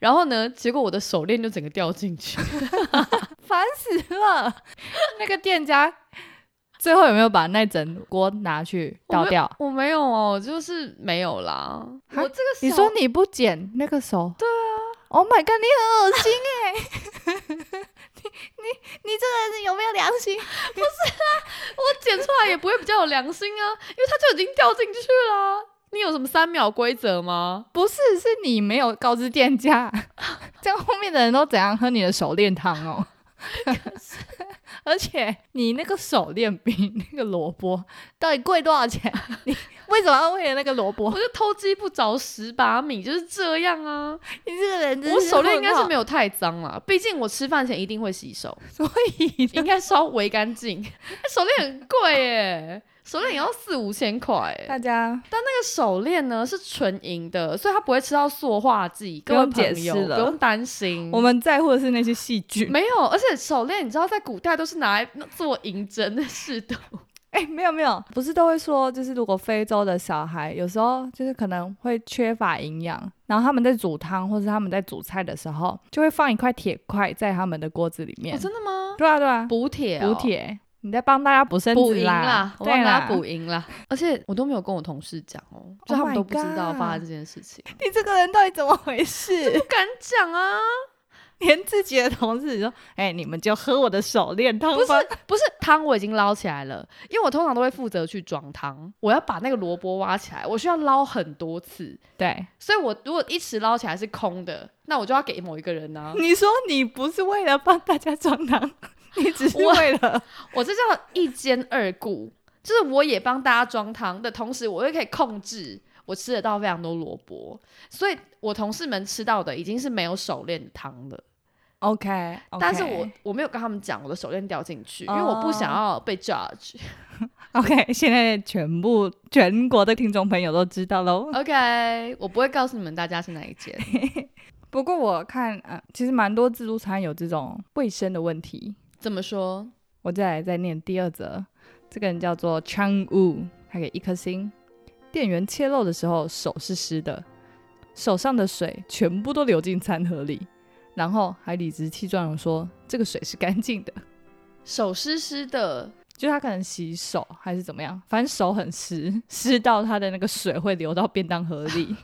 [SPEAKER 2] 然后呢，结果我的手链就整个掉进 去。
[SPEAKER 3] 烦死了！那个店家最后有没有把那整锅拿去倒掉？
[SPEAKER 2] 我没有哦，就是没有啦。我这
[SPEAKER 3] 哈
[SPEAKER 2] 个
[SPEAKER 3] 你
[SPEAKER 2] 手
[SPEAKER 3] 说你不剪那个手？对啊。Oh my god！你很恶心哎、 你你你这个人有没有良心？
[SPEAKER 2] 我剪出来也不会比较有良心啊，因为它就已经掉进去啦、你有什么三秒规则吗？
[SPEAKER 3] 不是，是你没有告知店家， 这样后面的人都怎样喝你的手链汤哦？ 而且你那个手链比那个萝卜到底贵多少钱？你为什么要为了那个萝卜
[SPEAKER 2] 我？就偷鸡不着蚀把米，就是这样啊。
[SPEAKER 3] 你这个人真
[SPEAKER 2] 我手链应该是
[SPEAKER 3] 没。
[SPEAKER 2] 没有太脏啦，毕竟我吃饭前一定会洗手，
[SPEAKER 3] 所以
[SPEAKER 2] 应该稍微干净。 手链很贵耶、手链也要四五千块耶、
[SPEAKER 3] 大家
[SPEAKER 2] 那个手链呢是纯银的，所以它不会吃到塑化剂。各位
[SPEAKER 3] 不用解
[SPEAKER 2] 朋友
[SPEAKER 3] 释了
[SPEAKER 2] 不用担心。
[SPEAKER 3] 我们在乎的是那些细菌。
[SPEAKER 2] 没有，而且手链你知道，在古代都是拿来做银针的试 的。
[SPEAKER 3] 哎、没有没有，不是都会说，就是如果非洲的小孩有时候就是可能会缺乏营养，然后他们在煮汤或是他们在煮菜的时候，就会放一块铁块在他们的锅子里面。
[SPEAKER 2] 哦，真的吗？
[SPEAKER 3] 对啊对啊，
[SPEAKER 2] 补铁、
[SPEAKER 3] 补
[SPEAKER 2] 哦，
[SPEAKER 3] 铁。你在帮大家补身
[SPEAKER 2] 补
[SPEAKER 3] 子
[SPEAKER 2] 赢啦，我
[SPEAKER 3] 对
[SPEAKER 2] 帮大
[SPEAKER 3] 啦
[SPEAKER 2] 家，补赢啦。而且我都没有跟我同事讲哦，就
[SPEAKER 3] Oh
[SPEAKER 2] 他们
[SPEAKER 3] my
[SPEAKER 2] 都不知道
[SPEAKER 3] God
[SPEAKER 2] 发生这件事情，
[SPEAKER 3] 你这个人到底怎么回事
[SPEAKER 2] 不？敢讲啊。
[SPEAKER 3] 连自己的同事说，哎、你们就喝我的手链汤
[SPEAKER 2] 不是
[SPEAKER 3] 吧。
[SPEAKER 2] 不是汤我已经捞起来了，因为我通常都会负责去装汤，我要把那个萝卜挖起来，我需要捞很多次，
[SPEAKER 3] 对，
[SPEAKER 2] 所以我如果一池捞起来是空的，那我就要给某一个人啊呢、
[SPEAKER 3] 你说你不是为了帮大家装汤，你只是
[SPEAKER 2] 我
[SPEAKER 3] 为了
[SPEAKER 2] 我这叫一兼二顾，就是我也帮大家装汤的同时，我又可以控制我吃得到非常多萝卜，所以我同事们吃到的已经是没有手链的汤了。
[SPEAKER 3] OK，,
[SPEAKER 2] 但是我我没有跟他们讲我的手链掉进去，因为我不想要被 judge。
[SPEAKER 3] OK，现在全部全国的听众朋友都知道喽。
[SPEAKER 2] OK，我不会告诉你们大家是哪一间。
[SPEAKER 3] 不过我看，呃，其实蛮多自助餐有这种卫生的问题。
[SPEAKER 2] 怎么说？
[SPEAKER 3] 我再来再念第二则，这个人叫做 Chang Wu，他给一颗星。店员切肉的时候手是湿的，手上的水全部都流进餐盒里，然后还理直气壮的说这个水是干净的，
[SPEAKER 2] 手湿湿的，
[SPEAKER 3] 就他可能洗手还是怎么样，反正手很湿，湿到他的那个水会流到便当盒 里。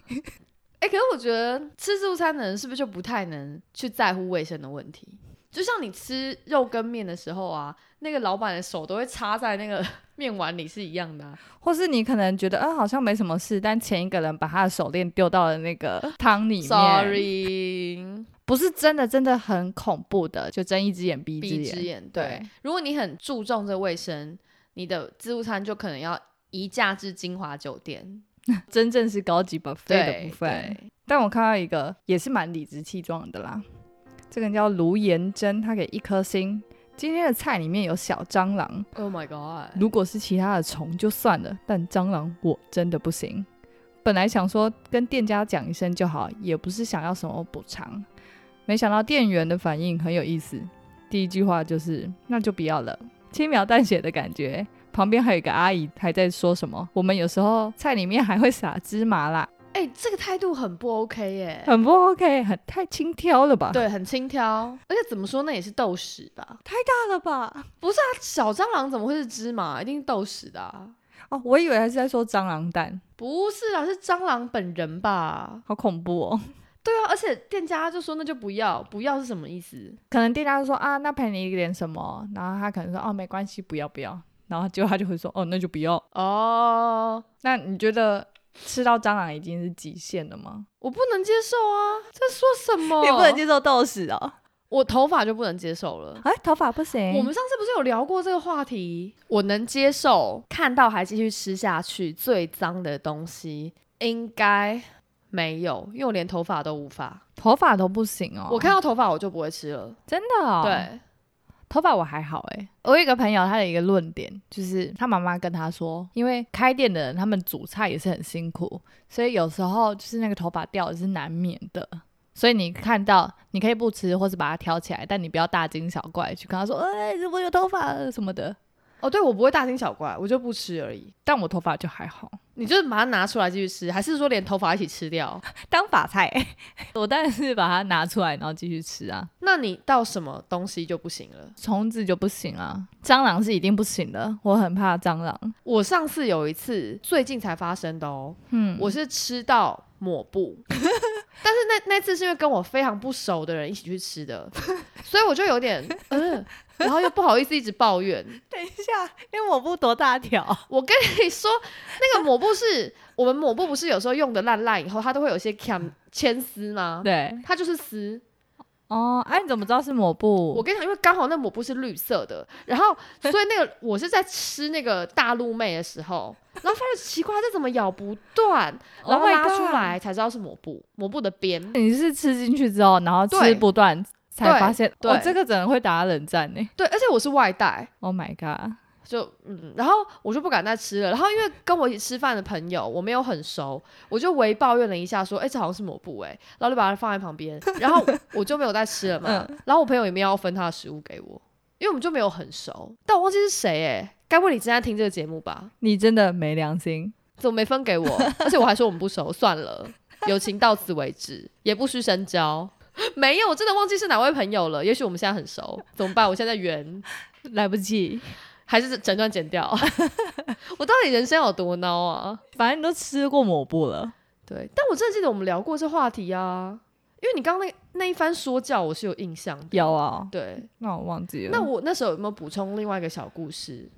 [SPEAKER 2] 哎、可是我觉得吃自助餐的人是不是就不太能去在乎卫生的问题？就像你吃肉跟面的时候啊，那个老板的手都会插在那个 面碗里是一样的啊、
[SPEAKER 3] 或是你可能觉得，嗯、好像没什么事，但前一个人把他的手链丢到了那个汤里面
[SPEAKER 2] Sorry，
[SPEAKER 3] 不是真的，真的很恐怖的，就睁一只眼闭一
[SPEAKER 2] 闭
[SPEAKER 3] 只
[SPEAKER 2] 只
[SPEAKER 3] 眼。
[SPEAKER 2] 眼。对，如果你很注重这卫生，你的自助餐就可能要移驾至金华酒店。
[SPEAKER 3] 真正是高级 buffet 的
[SPEAKER 2] 对
[SPEAKER 3] 部分。
[SPEAKER 2] 对，
[SPEAKER 3] 但我看到一个也是蛮理直气壮的啦，这个人叫卢延珍，他给一颗星。今天的菜里面有小蟑螂，
[SPEAKER 2] Oh my god！
[SPEAKER 3] 如果是其他的虫就算了，但蟑螂我真的不行。本来想说跟店家讲一声就好，也不是想要什么补偿，没想到店员的反应很有意思。第一句话就是“那就不要了”，轻描淡写的感觉。旁边还有一个阿姨还在说什么：“我们有时候菜里面还会撒芝麻啦，
[SPEAKER 2] 哎、这个态度很不 OK 耶、
[SPEAKER 3] 很不 OK，很太轻佻了吧？
[SPEAKER 2] 对，很轻佻，而且怎么说，那也是豆豉吧？
[SPEAKER 3] 大了吧？
[SPEAKER 2] 它啊小蟑螂怎么会是芝麻？一定豆豉的、啊。
[SPEAKER 3] 哦，我以为还是在说蟑螂蛋，
[SPEAKER 2] 不是啊，是蟑螂本人吧？
[SPEAKER 3] 好恐怖哦。
[SPEAKER 2] 对啊，而且店家就说那就不要，不要是什么意思？
[SPEAKER 3] 可能店家就说啊，那陪你一点什么，然后他可能说哦，没关系，不要不要，然后结果他就会说哦，那就不要。
[SPEAKER 2] 哦，
[SPEAKER 3] 那你觉得吃到蟑螂已经是极限了吗？
[SPEAKER 2] 我不能接受啊！在说什么？
[SPEAKER 3] 你不能接受豆豉哦，
[SPEAKER 2] 我头发就不能接受了。
[SPEAKER 3] 哎，头发不行。
[SPEAKER 2] 我们上次不是有聊过这个话题？我能接受看到还继续吃下去最脏的东西，应该没有，因为我连头发都无法。
[SPEAKER 3] 头发都不行哦，
[SPEAKER 2] 我看到头发我就不会吃了。
[SPEAKER 3] 真的哦，，
[SPEAKER 2] 对，
[SPEAKER 3] 头发我还好哎、我有一个朋友，他的一个论点就是，他妈妈跟他说，因为开店的人他们煮菜也是很辛苦，所以有时候就是那个头发掉也是难免的。所以你看到，你可以不吃，或是把它挑起来，但你不要大惊小怪去跟他说：“哎、我有头发了什么的。
[SPEAKER 2] 哦，对，我不会大惊小怪，我就不吃而已。”
[SPEAKER 3] 但我头发就还好，
[SPEAKER 2] 你就是把它拿出来继续吃，还是说连头发一起吃掉？
[SPEAKER 3] 当法菜， 我当然是把它拿出来，然后继续吃啊。
[SPEAKER 2] 那你到什么东西就不行了？
[SPEAKER 3] 虫子就不行啊，蟑螂是一定不行的，我很怕蟑螂。
[SPEAKER 2] 我上次有一次，最近才发生的哦，
[SPEAKER 3] 嗯，
[SPEAKER 2] 我是吃到抹布， 但是那那次是因为跟我非常不熟的人一起去吃的， 所以我就有点嗯、呃然后又不好意思一直抱怨。
[SPEAKER 3] 等一下，那抹布多大条？
[SPEAKER 2] 我跟你说，那个抹布是我们抹布不是有时候用的烂烂以后，它都会有一些牵牵丝吗？
[SPEAKER 3] 对，
[SPEAKER 2] 它就是丝，
[SPEAKER 3] 哦，哎、你怎么知道是抹布？
[SPEAKER 2] 我跟你讲，因为刚好那抹布是绿色的，然 后所以那个我是在吃那个大陆妹的时候，然后发现奇怪，这怎么咬不断，然后
[SPEAKER 3] Oh my
[SPEAKER 2] 拉出来才知道是抹布，抹布的边。
[SPEAKER 3] 你是吃进去之后，然后
[SPEAKER 2] 对
[SPEAKER 3] 吃不断才发现，
[SPEAKER 2] 对
[SPEAKER 3] 哦，这个真的会打冷战呢。
[SPEAKER 2] 对，而且我是外带，
[SPEAKER 3] Oh my god！
[SPEAKER 2] 就嗯，然后我就不敢再吃了。然后因为跟我一起吃饭的朋友，我没有很熟，我就微抱怨了一下，说：“哎、这好像是抹布哎、然后就把它放在旁边，然 后我就没有再吃了嘛。
[SPEAKER 3] 嗯
[SPEAKER 2] 然后我朋友也没有要分他的食物给我，因为我们就没有很熟。但我忘记是谁哎、该不会你正在听这个节目吧？
[SPEAKER 3] 你真的没良心。
[SPEAKER 2] 怎么没分给 我？而且我还说我们不熟，算了，友情到此为止，也不需深交。没有，我真的忘记是哪位朋友了。也许我们现在很熟，怎么办？我现在在圆，
[SPEAKER 3] 来不及，
[SPEAKER 2] 还是整段剪掉？ 我到底人生有多孬啊？
[SPEAKER 3] 反正你都吃过抹布了。
[SPEAKER 2] 对，但我真的记得我们聊过这话题啊，因为你刚刚那那一番说教，我是有印象的。
[SPEAKER 3] 有啊、
[SPEAKER 2] 对，
[SPEAKER 3] 那我忘记了。
[SPEAKER 2] 那我那时候有没有补充另外一个小故事？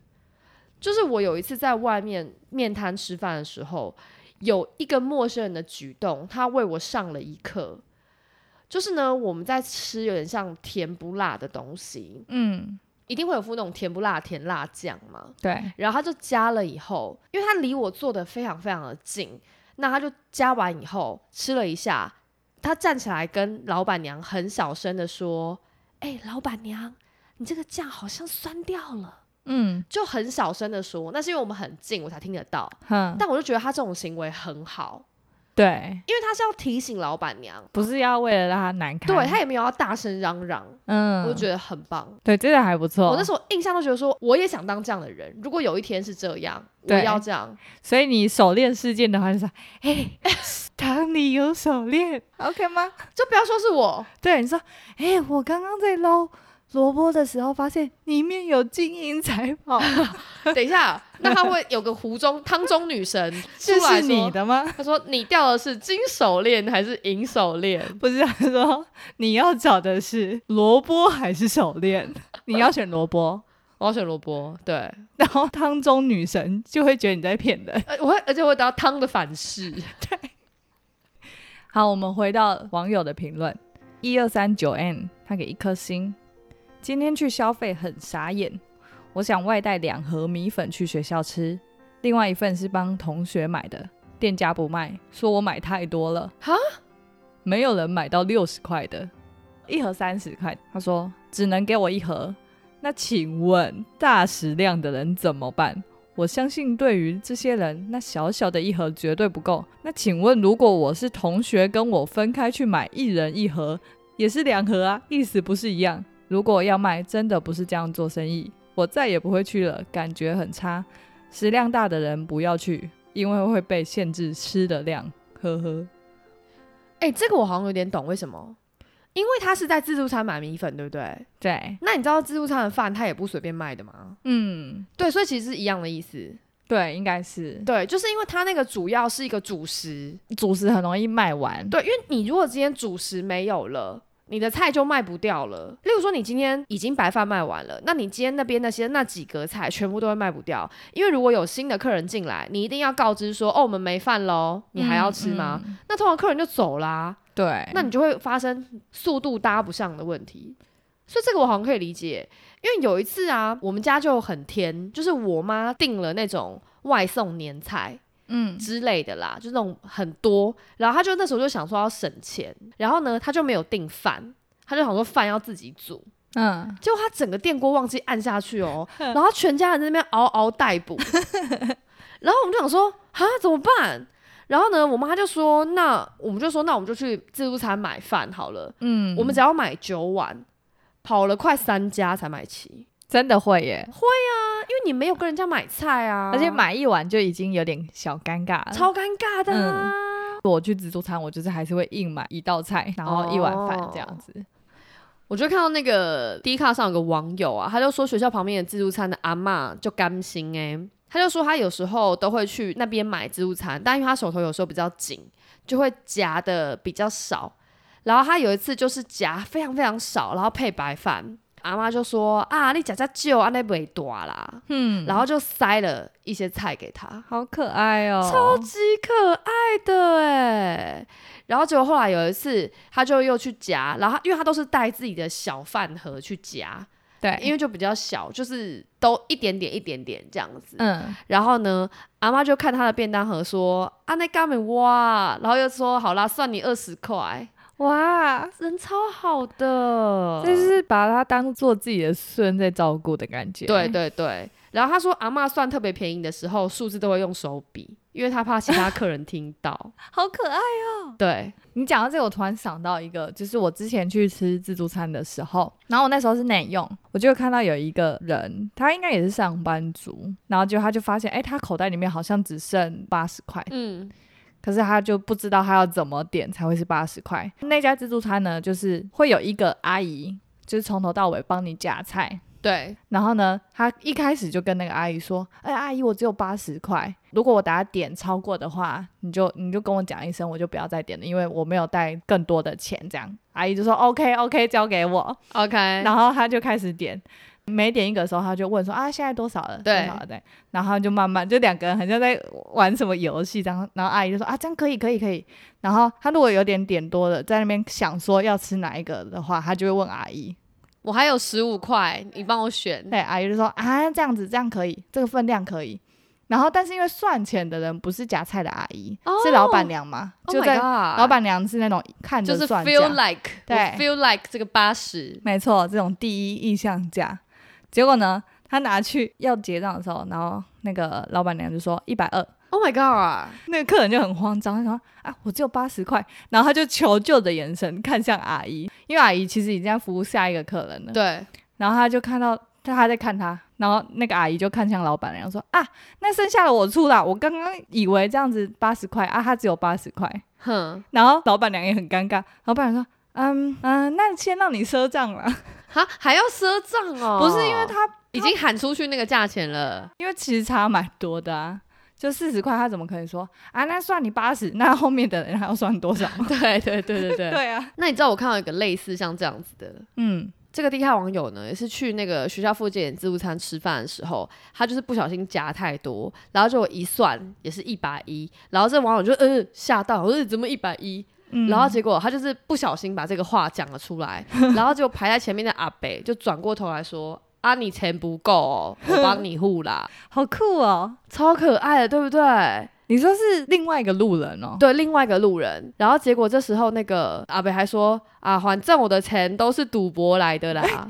[SPEAKER 2] 就是我有一次在外面面摊吃饭的时候，有一个陌生人的举动，他为我上了一课。就是呢，我们在吃有点像甜不辣的东西，
[SPEAKER 3] 嗯，
[SPEAKER 2] 一定会有附那种甜不辣、甜辣酱嘛。
[SPEAKER 3] 对，
[SPEAKER 2] 然后他就加了以后，因为他离我坐的非常非常的近，那他就加完以后吃了一下，他站起来跟老板娘很小声的说：“哎、老板娘，你这个酱好像酸掉了。
[SPEAKER 3] 嗯”
[SPEAKER 2] 就很小声的说，那是因为我们很近，我才听得到。
[SPEAKER 3] 哼，
[SPEAKER 2] 但我就觉得他这种行为很好，
[SPEAKER 3] 对，
[SPEAKER 2] 因为他是要提醒老板娘，
[SPEAKER 3] 不是要为了让他难堪，
[SPEAKER 2] 对他也没有要大声嚷嚷，
[SPEAKER 3] 嗯，
[SPEAKER 2] 我就觉
[SPEAKER 3] 得
[SPEAKER 2] 得很棒。
[SPEAKER 3] 对这个还不错。
[SPEAKER 2] 我那时候印象都觉得说，我也想当这样的人。如果有一天是这样，我
[SPEAKER 3] 对
[SPEAKER 2] 要这样。
[SPEAKER 3] 所以你手链事件的话，就是哎， 当你有手链，OK 吗？
[SPEAKER 2] 就不要说是我，
[SPEAKER 3] 对，你说，哎、我刚刚在捞萝卜的时候，发现里面有金银财 宝，
[SPEAKER 2] 等一下，那他会有个湖中汤中女 神出
[SPEAKER 3] 这
[SPEAKER 2] 来
[SPEAKER 3] 是你
[SPEAKER 2] 说，
[SPEAKER 3] 的吗？
[SPEAKER 2] 他说你掉的是金手链还是银手链？
[SPEAKER 3] 不是，他说你要找的是萝卜还是手链？ 你要选萝卜，
[SPEAKER 2] 我要选萝卜，对，
[SPEAKER 3] 然后汤中女神就会觉得你在骗人。
[SPEAKER 2] 呃我会而且我会得到汤的反噬。
[SPEAKER 3] 好，我们回到网友的评论，一二三九 n，他给一颗星。今天去消费很傻眼，我想外带两盒米粉去学校吃，另外一份是帮同学买的，店家不卖，说我买太多了。
[SPEAKER 2] 哈，
[SPEAKER 3] 没有人买到六十块的，一盒三十块，他说只能给我一盒。那请问大食量的人怎么办？我相信对于这些人，那小小的一盒绝对不够。那请问，如果我是同学跟我分开去买一人一盒，也是两盒啊，意思不是一样？如果要卖，真的不是这样做生意，我再也不会去了，感觉很差。食量大的人不要去，因为会被限制吃的量。呵呵，
[SPEAKER 2] 哎、这个我好像有点懂，为什么？因为他是在自助餐买米粉，对不对？
[SPEAKER 3] 对，
[SPEAKER 2] 那你知道自助餐的饭他也不随便卖的吗？
[SPEAKER 3] 嗯，
[SPEAKER 2] 对，所以其实是一样的意思。
[SPEAKER 3] 对，应该是
[SPEAKER 2] 对，就是因为它那个主要是一个主食，
[SPEAKER 3] 主食很容易卖完。
[SPEAKER 2] 对，因为你如果今天主食没有了。你的菜就卖不掉了。例如说，你今天已经白饭卖完了，那你今天那边那些那几格菜全部都会卖不掉，因为如果有新的客人进来，你一定要告知说，哦，我们没饭喽，你还要吃吗？
[SPEAKER 3] 嗯？嗯哎
[SPEAKER 2] 那通常客人就走啦、
[SPEAKER 3] 对，
[SPEAKER 2] 那你就会发生速度搭不上的问题。所以这个我好像可以理解，因为有一次啊，我们家就很甜，就是我妈订了那种外送年菜
[SPEAKER 3] 嗯
[SPEAKER 2] 之类的啦，就那种很多，然后她就那时候就想说要省钱，然后呢，她就没有订饭。她就想说饭要自己煮，
[SPEAKER 3] 嗯，
[SPEAKER 2] 结果她整个电锅忘记按下去 哦，然后全家人在那边嗷嗷待哺， 然后我们就想说啊怎么办？然后呢，我妈就说那我们就说那我们就去自助餐买饭好了，
[SPEAKER 3] 嗯
[SPEAKER 2] 我们只要买九碗，跑了快三家才买齐，因
[SPEAKER 3] 真的会耶。
[SPEAKER 2] 为你没有跟人家买菜啊，
[SPEAKER 3] 而且买一碗就已经有点小尴尬了。
[SPEAKER 2] 超尴尬的、啊
[SPEAKER 3] 我去自助餐，我就是还是会硬买一道菜，然后一碗饭这样子。
[SPEAKER 2] 我就看到那个 D 卡上有个网友啊，他就说学校旁边的自助餐的阿嬷就甘心哎、他就说他有时候都会去那边买自助餐，但因为他手头有时候比较紧，就会夹的比较少。然后他有一次就是夹非常非常少，然后配白饭，阿妈就说啊，你夹夹旧，啊那袂大啦，
[SPEAKER 3] 嗯，
[SPEAKER 2] 然后就塞了一些菜给他。
[SPEAKER 3] 好可爱哦、
[SPEAKER 2] 超级可爱的哎。然后结果后来有一次，他就又去夹，然后他因为他都是带自己的小饭盒去夹，
[SPEAKER 3] 对，
[SPEAKER 2] 因
[SPEAKER 3] 为
[SPEAKER 2] 为就比较小，就是都一点点一点点这样子。
[SPEAKER 3] 嗯，
[SPEAKER 2] 然后呢，阿妈就看他的便当盒说：“啊，那干面哇！”然后又说：“好啦，算你二十块。
[SPEAKER 3] 哇，”
[SPEAKER 2] 人超好的，
[SPEAKER 3] 这是把他当做自己的孙在照顾的感觉。
[SPEAKER 2] 对，对对。然后他说，阿妈算特别便宜的时候，数字都会用手比，因为他怕其他客人听到。
[SPEAKER 3] 好可爱。
[SPEAKER 2] 对，
[SPEAKER 3] 你讲到这个，我突然想到一个，就是我之前去吃自助餐的时候，然后我那时候是内用，我就看到有一个人，他应该也是上班族，然后就他就发现，哎、他口袋里面好像只剩八十块，
[SPEAKER 2] 嗯，
[SPEAKER 3] 可是他就不知道他要怎么点才会是八十块。那家自助餐呢，就是会有一个阿姨，就是从头到尾帮你夹菜。
[SPEAKER 2] 对，
[SPEAKER 3] 然后呢，他一开始就跟那个阿姨说：“哎、阿姨，我只有八十块，如果我等下点超过的话，你就你就跟我讲一声，我就不要再点了，因为我没有带更多的钱。”这样，阿姨就说：“OK OK，交给我。”
[SPEAKER 2] OK，
[SPEAKER 3] 然后他就开始点，每点一个的时候，他就问说啊，现在多少了？
[SPEAKER 2] 对
[SPEAKER 3] 多少了？对，然后他就慢慢就两个人很像在玩什么游戏这样，然后阿姨就说啊，这样可以，可以，可以。然后他如果有点点多了，在那边想说要吃哪一个的话，他就会问阿姨，
[SPEAKER 2] 我还有十五块，你帮我选。
[SPEAKER 3] 对，阿姨就说啊，这样子这样可以，这个分量可以。然后，但是因为算钱的人不是夹菜的阿姨，
[SPEAKER 2] 哦
[SPEAKER 3] 是老板娘嘛
[SPEAKER 2] Oh
[SPEAKER 3] 就
[SPEAKER 2] my
[SPEAKER 3] 在
[SPEAKER 2] god
[SPEAKER 3] 老板娘是那种看着
[SPEAKER 2] 就是
[SPEAKER 3] 算
[SPEAKER 2] feel
[SPEAKER 3] 价
[SPEAKER 2] like，
[SPEAKER 3] 对
[SPEAKER 2] 我 feel like 这个八十，
[SPEAKER 3] 没错，这种第一印象价。结果呢，他拿去要结账的时候，然后那个老板娘就说一百二，
[SPEAKER 2] Oh my god！
[SPEAKER 3] 那个客人就很慌张，他说：“啊，我只有八十块。”然后他就求救的眼神看向阿姨，因为阿姨其实已经在服务下一个客人了。
[SPEAKER 2] 对，
[SPEAKER 3] 然后他就看到他还在看他，然后那个阿姨就看向老板娘说：“啊，那剩下的我出啦，我刚刚以为这样子八十块啊，他只有八十块。
[SPEAKER 2] 哼”，
[SPEAKER 3] 然后老板娘也很尴尬，老板娘说：“嗯嗯、那先让你赊账啦。
[SPEAKER 2] 哈，还要赊账哦？
[SPEAKER 3] 不是因为他
[SPEAKER 2] 已经喊出去那个价钱了，
[SPEAKER 3] 因为其实差蛮多的啊。就四十块，他怎么可能说啊？那算你八十，那后面的人还要算多少？
[SPEAKER 2] 对对对对对。
[SPEAKER 3] 对啊，
[SPEAKER 2] 那你知道我看到一个类似像这样子的，
[SPEAKER 3] 嗯，
[SPEAKER 2] 这个地下网友呢，也是去那个学校附近的自助餐吃饭的时候，他就是不小心夹太多，然后就一算也是一百一，然后这网友就呃吓到，呃怎么一百一？
[SPEAKER 3] 嗯
[SPEAKER 2] 然后结果他就是不小心把这个话讲了出 来，然后就排在前面的阿北就转过头来说：“啊，你钱不够、哦，我帮你付啦。哦
[SPEAKER 3] 好酷哦！”
[SPEAKER 2] 超可爱的，对不对？
[SPEAKER 3] 你说是另外一个路人哦？
[SPEAKER 2] 对，另外一个路人。然后结果这时候那个阿北还说：“啊，反正我的钱都是赌博来的 啦。”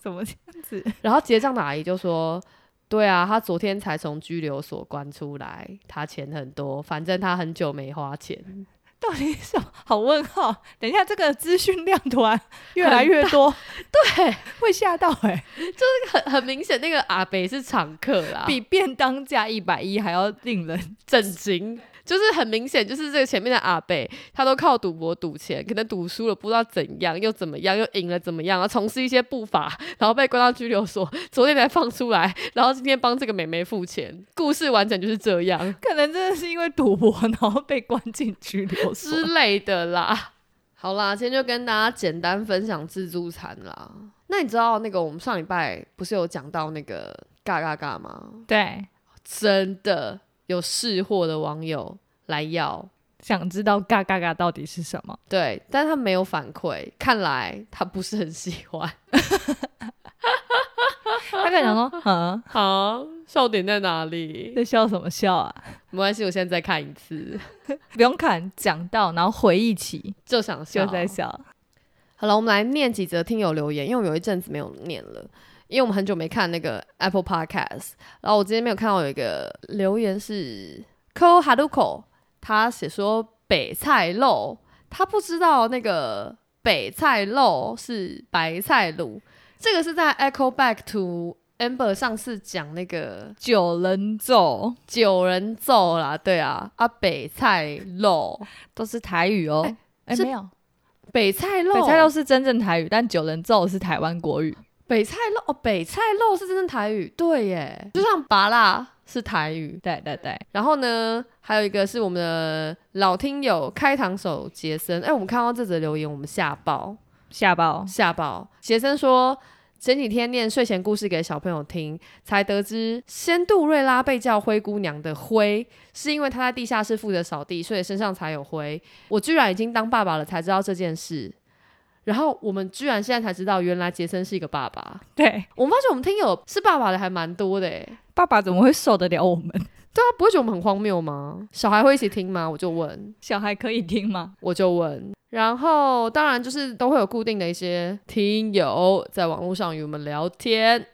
[SPEAKER 3] 怎么这样子？
[SPEAKER 2] 然后结账的阿姨就说：“对啊，她昨天才从拘留所关出来，她钱很多，反正她很久没花钱。
[SPEAKER 3] 到底是什么好问号？等一下，这个资讯量突然越来越多， 对，会吓到哎、
[SPEAKER 2] 很 很明显，那个阿北是常客啊 啦，
[SPEAKER 3] 比便当价一百一还要令人
[SPEAKER 2] 震惊。”就是很明显，就是这个前面的阿北，他都靠赌博赌钱，可能赌输了不知道怎样，又怎么样，又赢了怎么样，然后从事一些不法，然后被关到拘留所，昨天才放出来，然后今天帮这个美眉付钱，故事完整就是这样
[SPEAKER 3] 可能真的是因为赌博，然后被关进拘留所
[SPEAKER 2] 之。类的啦。好啦，今天就跟大家简单分享自助餐啦。那你知道那个我们上礼拜不是有讲到那个嘎嘎嘎吗？
[SPEAKER 3] 对，
[SPEAKER 2] 真的有试货的网友来要，
[SPEAKER 3] 想知道嘎嘎嘎到底是什么？
[SPEAKER 2] 对，但他没有反馈，看来他不是很喜欢。
[SPEAKER 3] 他可能想 说，嗯，
[SPEAKER 2] 好，笑点在哪里？
[SPEAKER 3] 在笑什么笑啊？
[SPEAKER 2] 没关系，我现在再看一次，
[SPEAKER 3] 不用看，讲到然后回忆起
[SPEAKER 2] 就想笑。
[SPEAKER 3] 就在笑。
[SPEAKER 2] 好了，我们来念几则听友留言，因为我有一阵子没有念了，因为我们很久没看那个 Apple Podcast。然后我今天没有看到有一个留言是 Ko Haruko，他写说北菜肉，他不知道那个北菜肉是白菜卤，这个是在 Echo Back to Amber 上次讲那个
[SPEAKER 3] 九人咒
[SPEAKER 2] 九人奏啦，对啊，啊北菜肉，
[SPEAKER 3] 都是台语哦，哎、
[SPEAKER 2] 是
[SPEAKER 3] 没有，
[SPEAKER 2] 北菜肉，
[SPEAKER 3] 北菜肉是真正台语，但九人咒是台湾国语。
[SPEAKER 2] 北菜肉哦，北菜肉是真正台语，对耶，就像拔辣是台语。
[SPEAKER 3] 对对对，
[SPEAKER 2] 然后呢，还有一个是我们的老听友开膛手杰森，哎，我们看到这则留言，我们吓爆
[SPEAKER 3] 下包
[SPEAKER 2] 吓爆。杰森说。前几天念睡前故事给小朋友听，才得知仙杜瑞拉被叫灰姑娘的灰，是因为她在地下室负责扫地，所以身上才有灰。我居然已经当爸爸了才知道这件事，然后我们居然现在才知道，原来杰森是一个爸爸。
[SPEAKER 3] 对，
[SPEAKER 2] 我们发现我们听友是爸爸的还蛮多的诶，
[SPEAKER 3] 爸爸怎么会受得了我们？
[SPEAKER 2] 对啊，不会觉得我们很荒谬吗？小孩会一起听吗？我就问，
[SPEAKER 3] 小孩可以听吗？
[SPEAKER 2] 我就问。然后当然就是都会有固定的一些听友在网络上与我们聊天，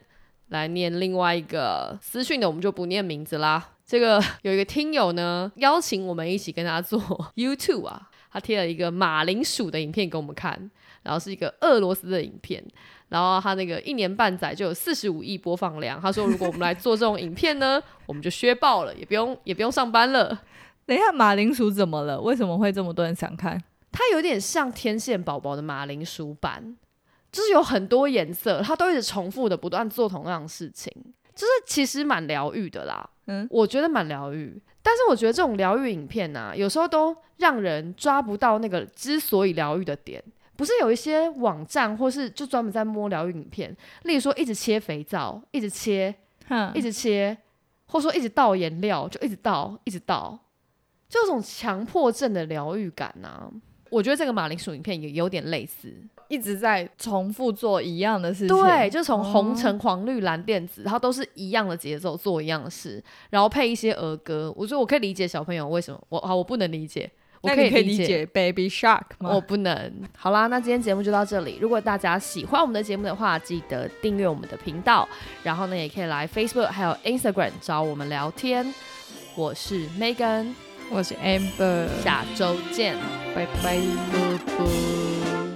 [SPEAKER 2] 来念另外一个私讯的，我们就不念名字啦。这个有一个听友呢邀请我们一起跟他做 YouTube 啊，他贴了一个马铃薯的影片给我们看，然后是一个俄罗斯的影片，然后他那个一年半载就有四十五亿播放量。他说，如果我们来做这种影片呢，我们就削爆了，也不用也不用上班了。
[SPEAKER 3] 等一下，马铃薯怎么了？为什么会这么多人想看？
[SPEAKER 2] 它有点像天线宝宝的马铃薯版，就是有很多颜色，它都一直重复的不断做同样的事情，就是其实蛮疗愈的啦。
[SPEAKER 3] 嗯
[SPEAKER 2] 我觉得蛮疗愈。但是我觉得这种疗愈影片呢、有时候都让人抓不到那个之所以疗愈的点。不是有一些网站或是就专门在摸疗愈影片，例如说一直切肥皂，一直切，
[SPEAKER 3] 哼
[SPEAKER 2] 一直切，或者说一直倒颜料，就一直倒，一直倒，就有种强迫症的疗愈感啊呐、我觉得这个马铃薯影片也有点类似，
[SPEAKER 3] 一直在重复做一样的事情。
[SPEAKER 2] 对，，就是从红
[SPEAKER 3] 哦
[SPEAKER 2] 橙黄绿蓝靛紫，它都是一样的节奏做一样的事，然后配一些儿歌。我觉得我可以理解小朋友为什么我好，我不能理解，我
[SPEAKER 3] 那你可以
[SPEAKER 2] 理
[SPEAKER 3] 理解 Baby Shark 吗？
[SPEAKER 2] 我不能。好啦，那今天节目就到这里。如果大家喜欢我们的节目的话，记得订阅我们的频道，然后呢，也可以来 Facebook 还有 Instagram 找我们聊天。我是 Megan，
[SPEAKER 3] 我是 Amber，
[SPEAKER 2] 下周见。
[SPEAKER 3] 拜拜。
[SPEAKER 2] 啵啵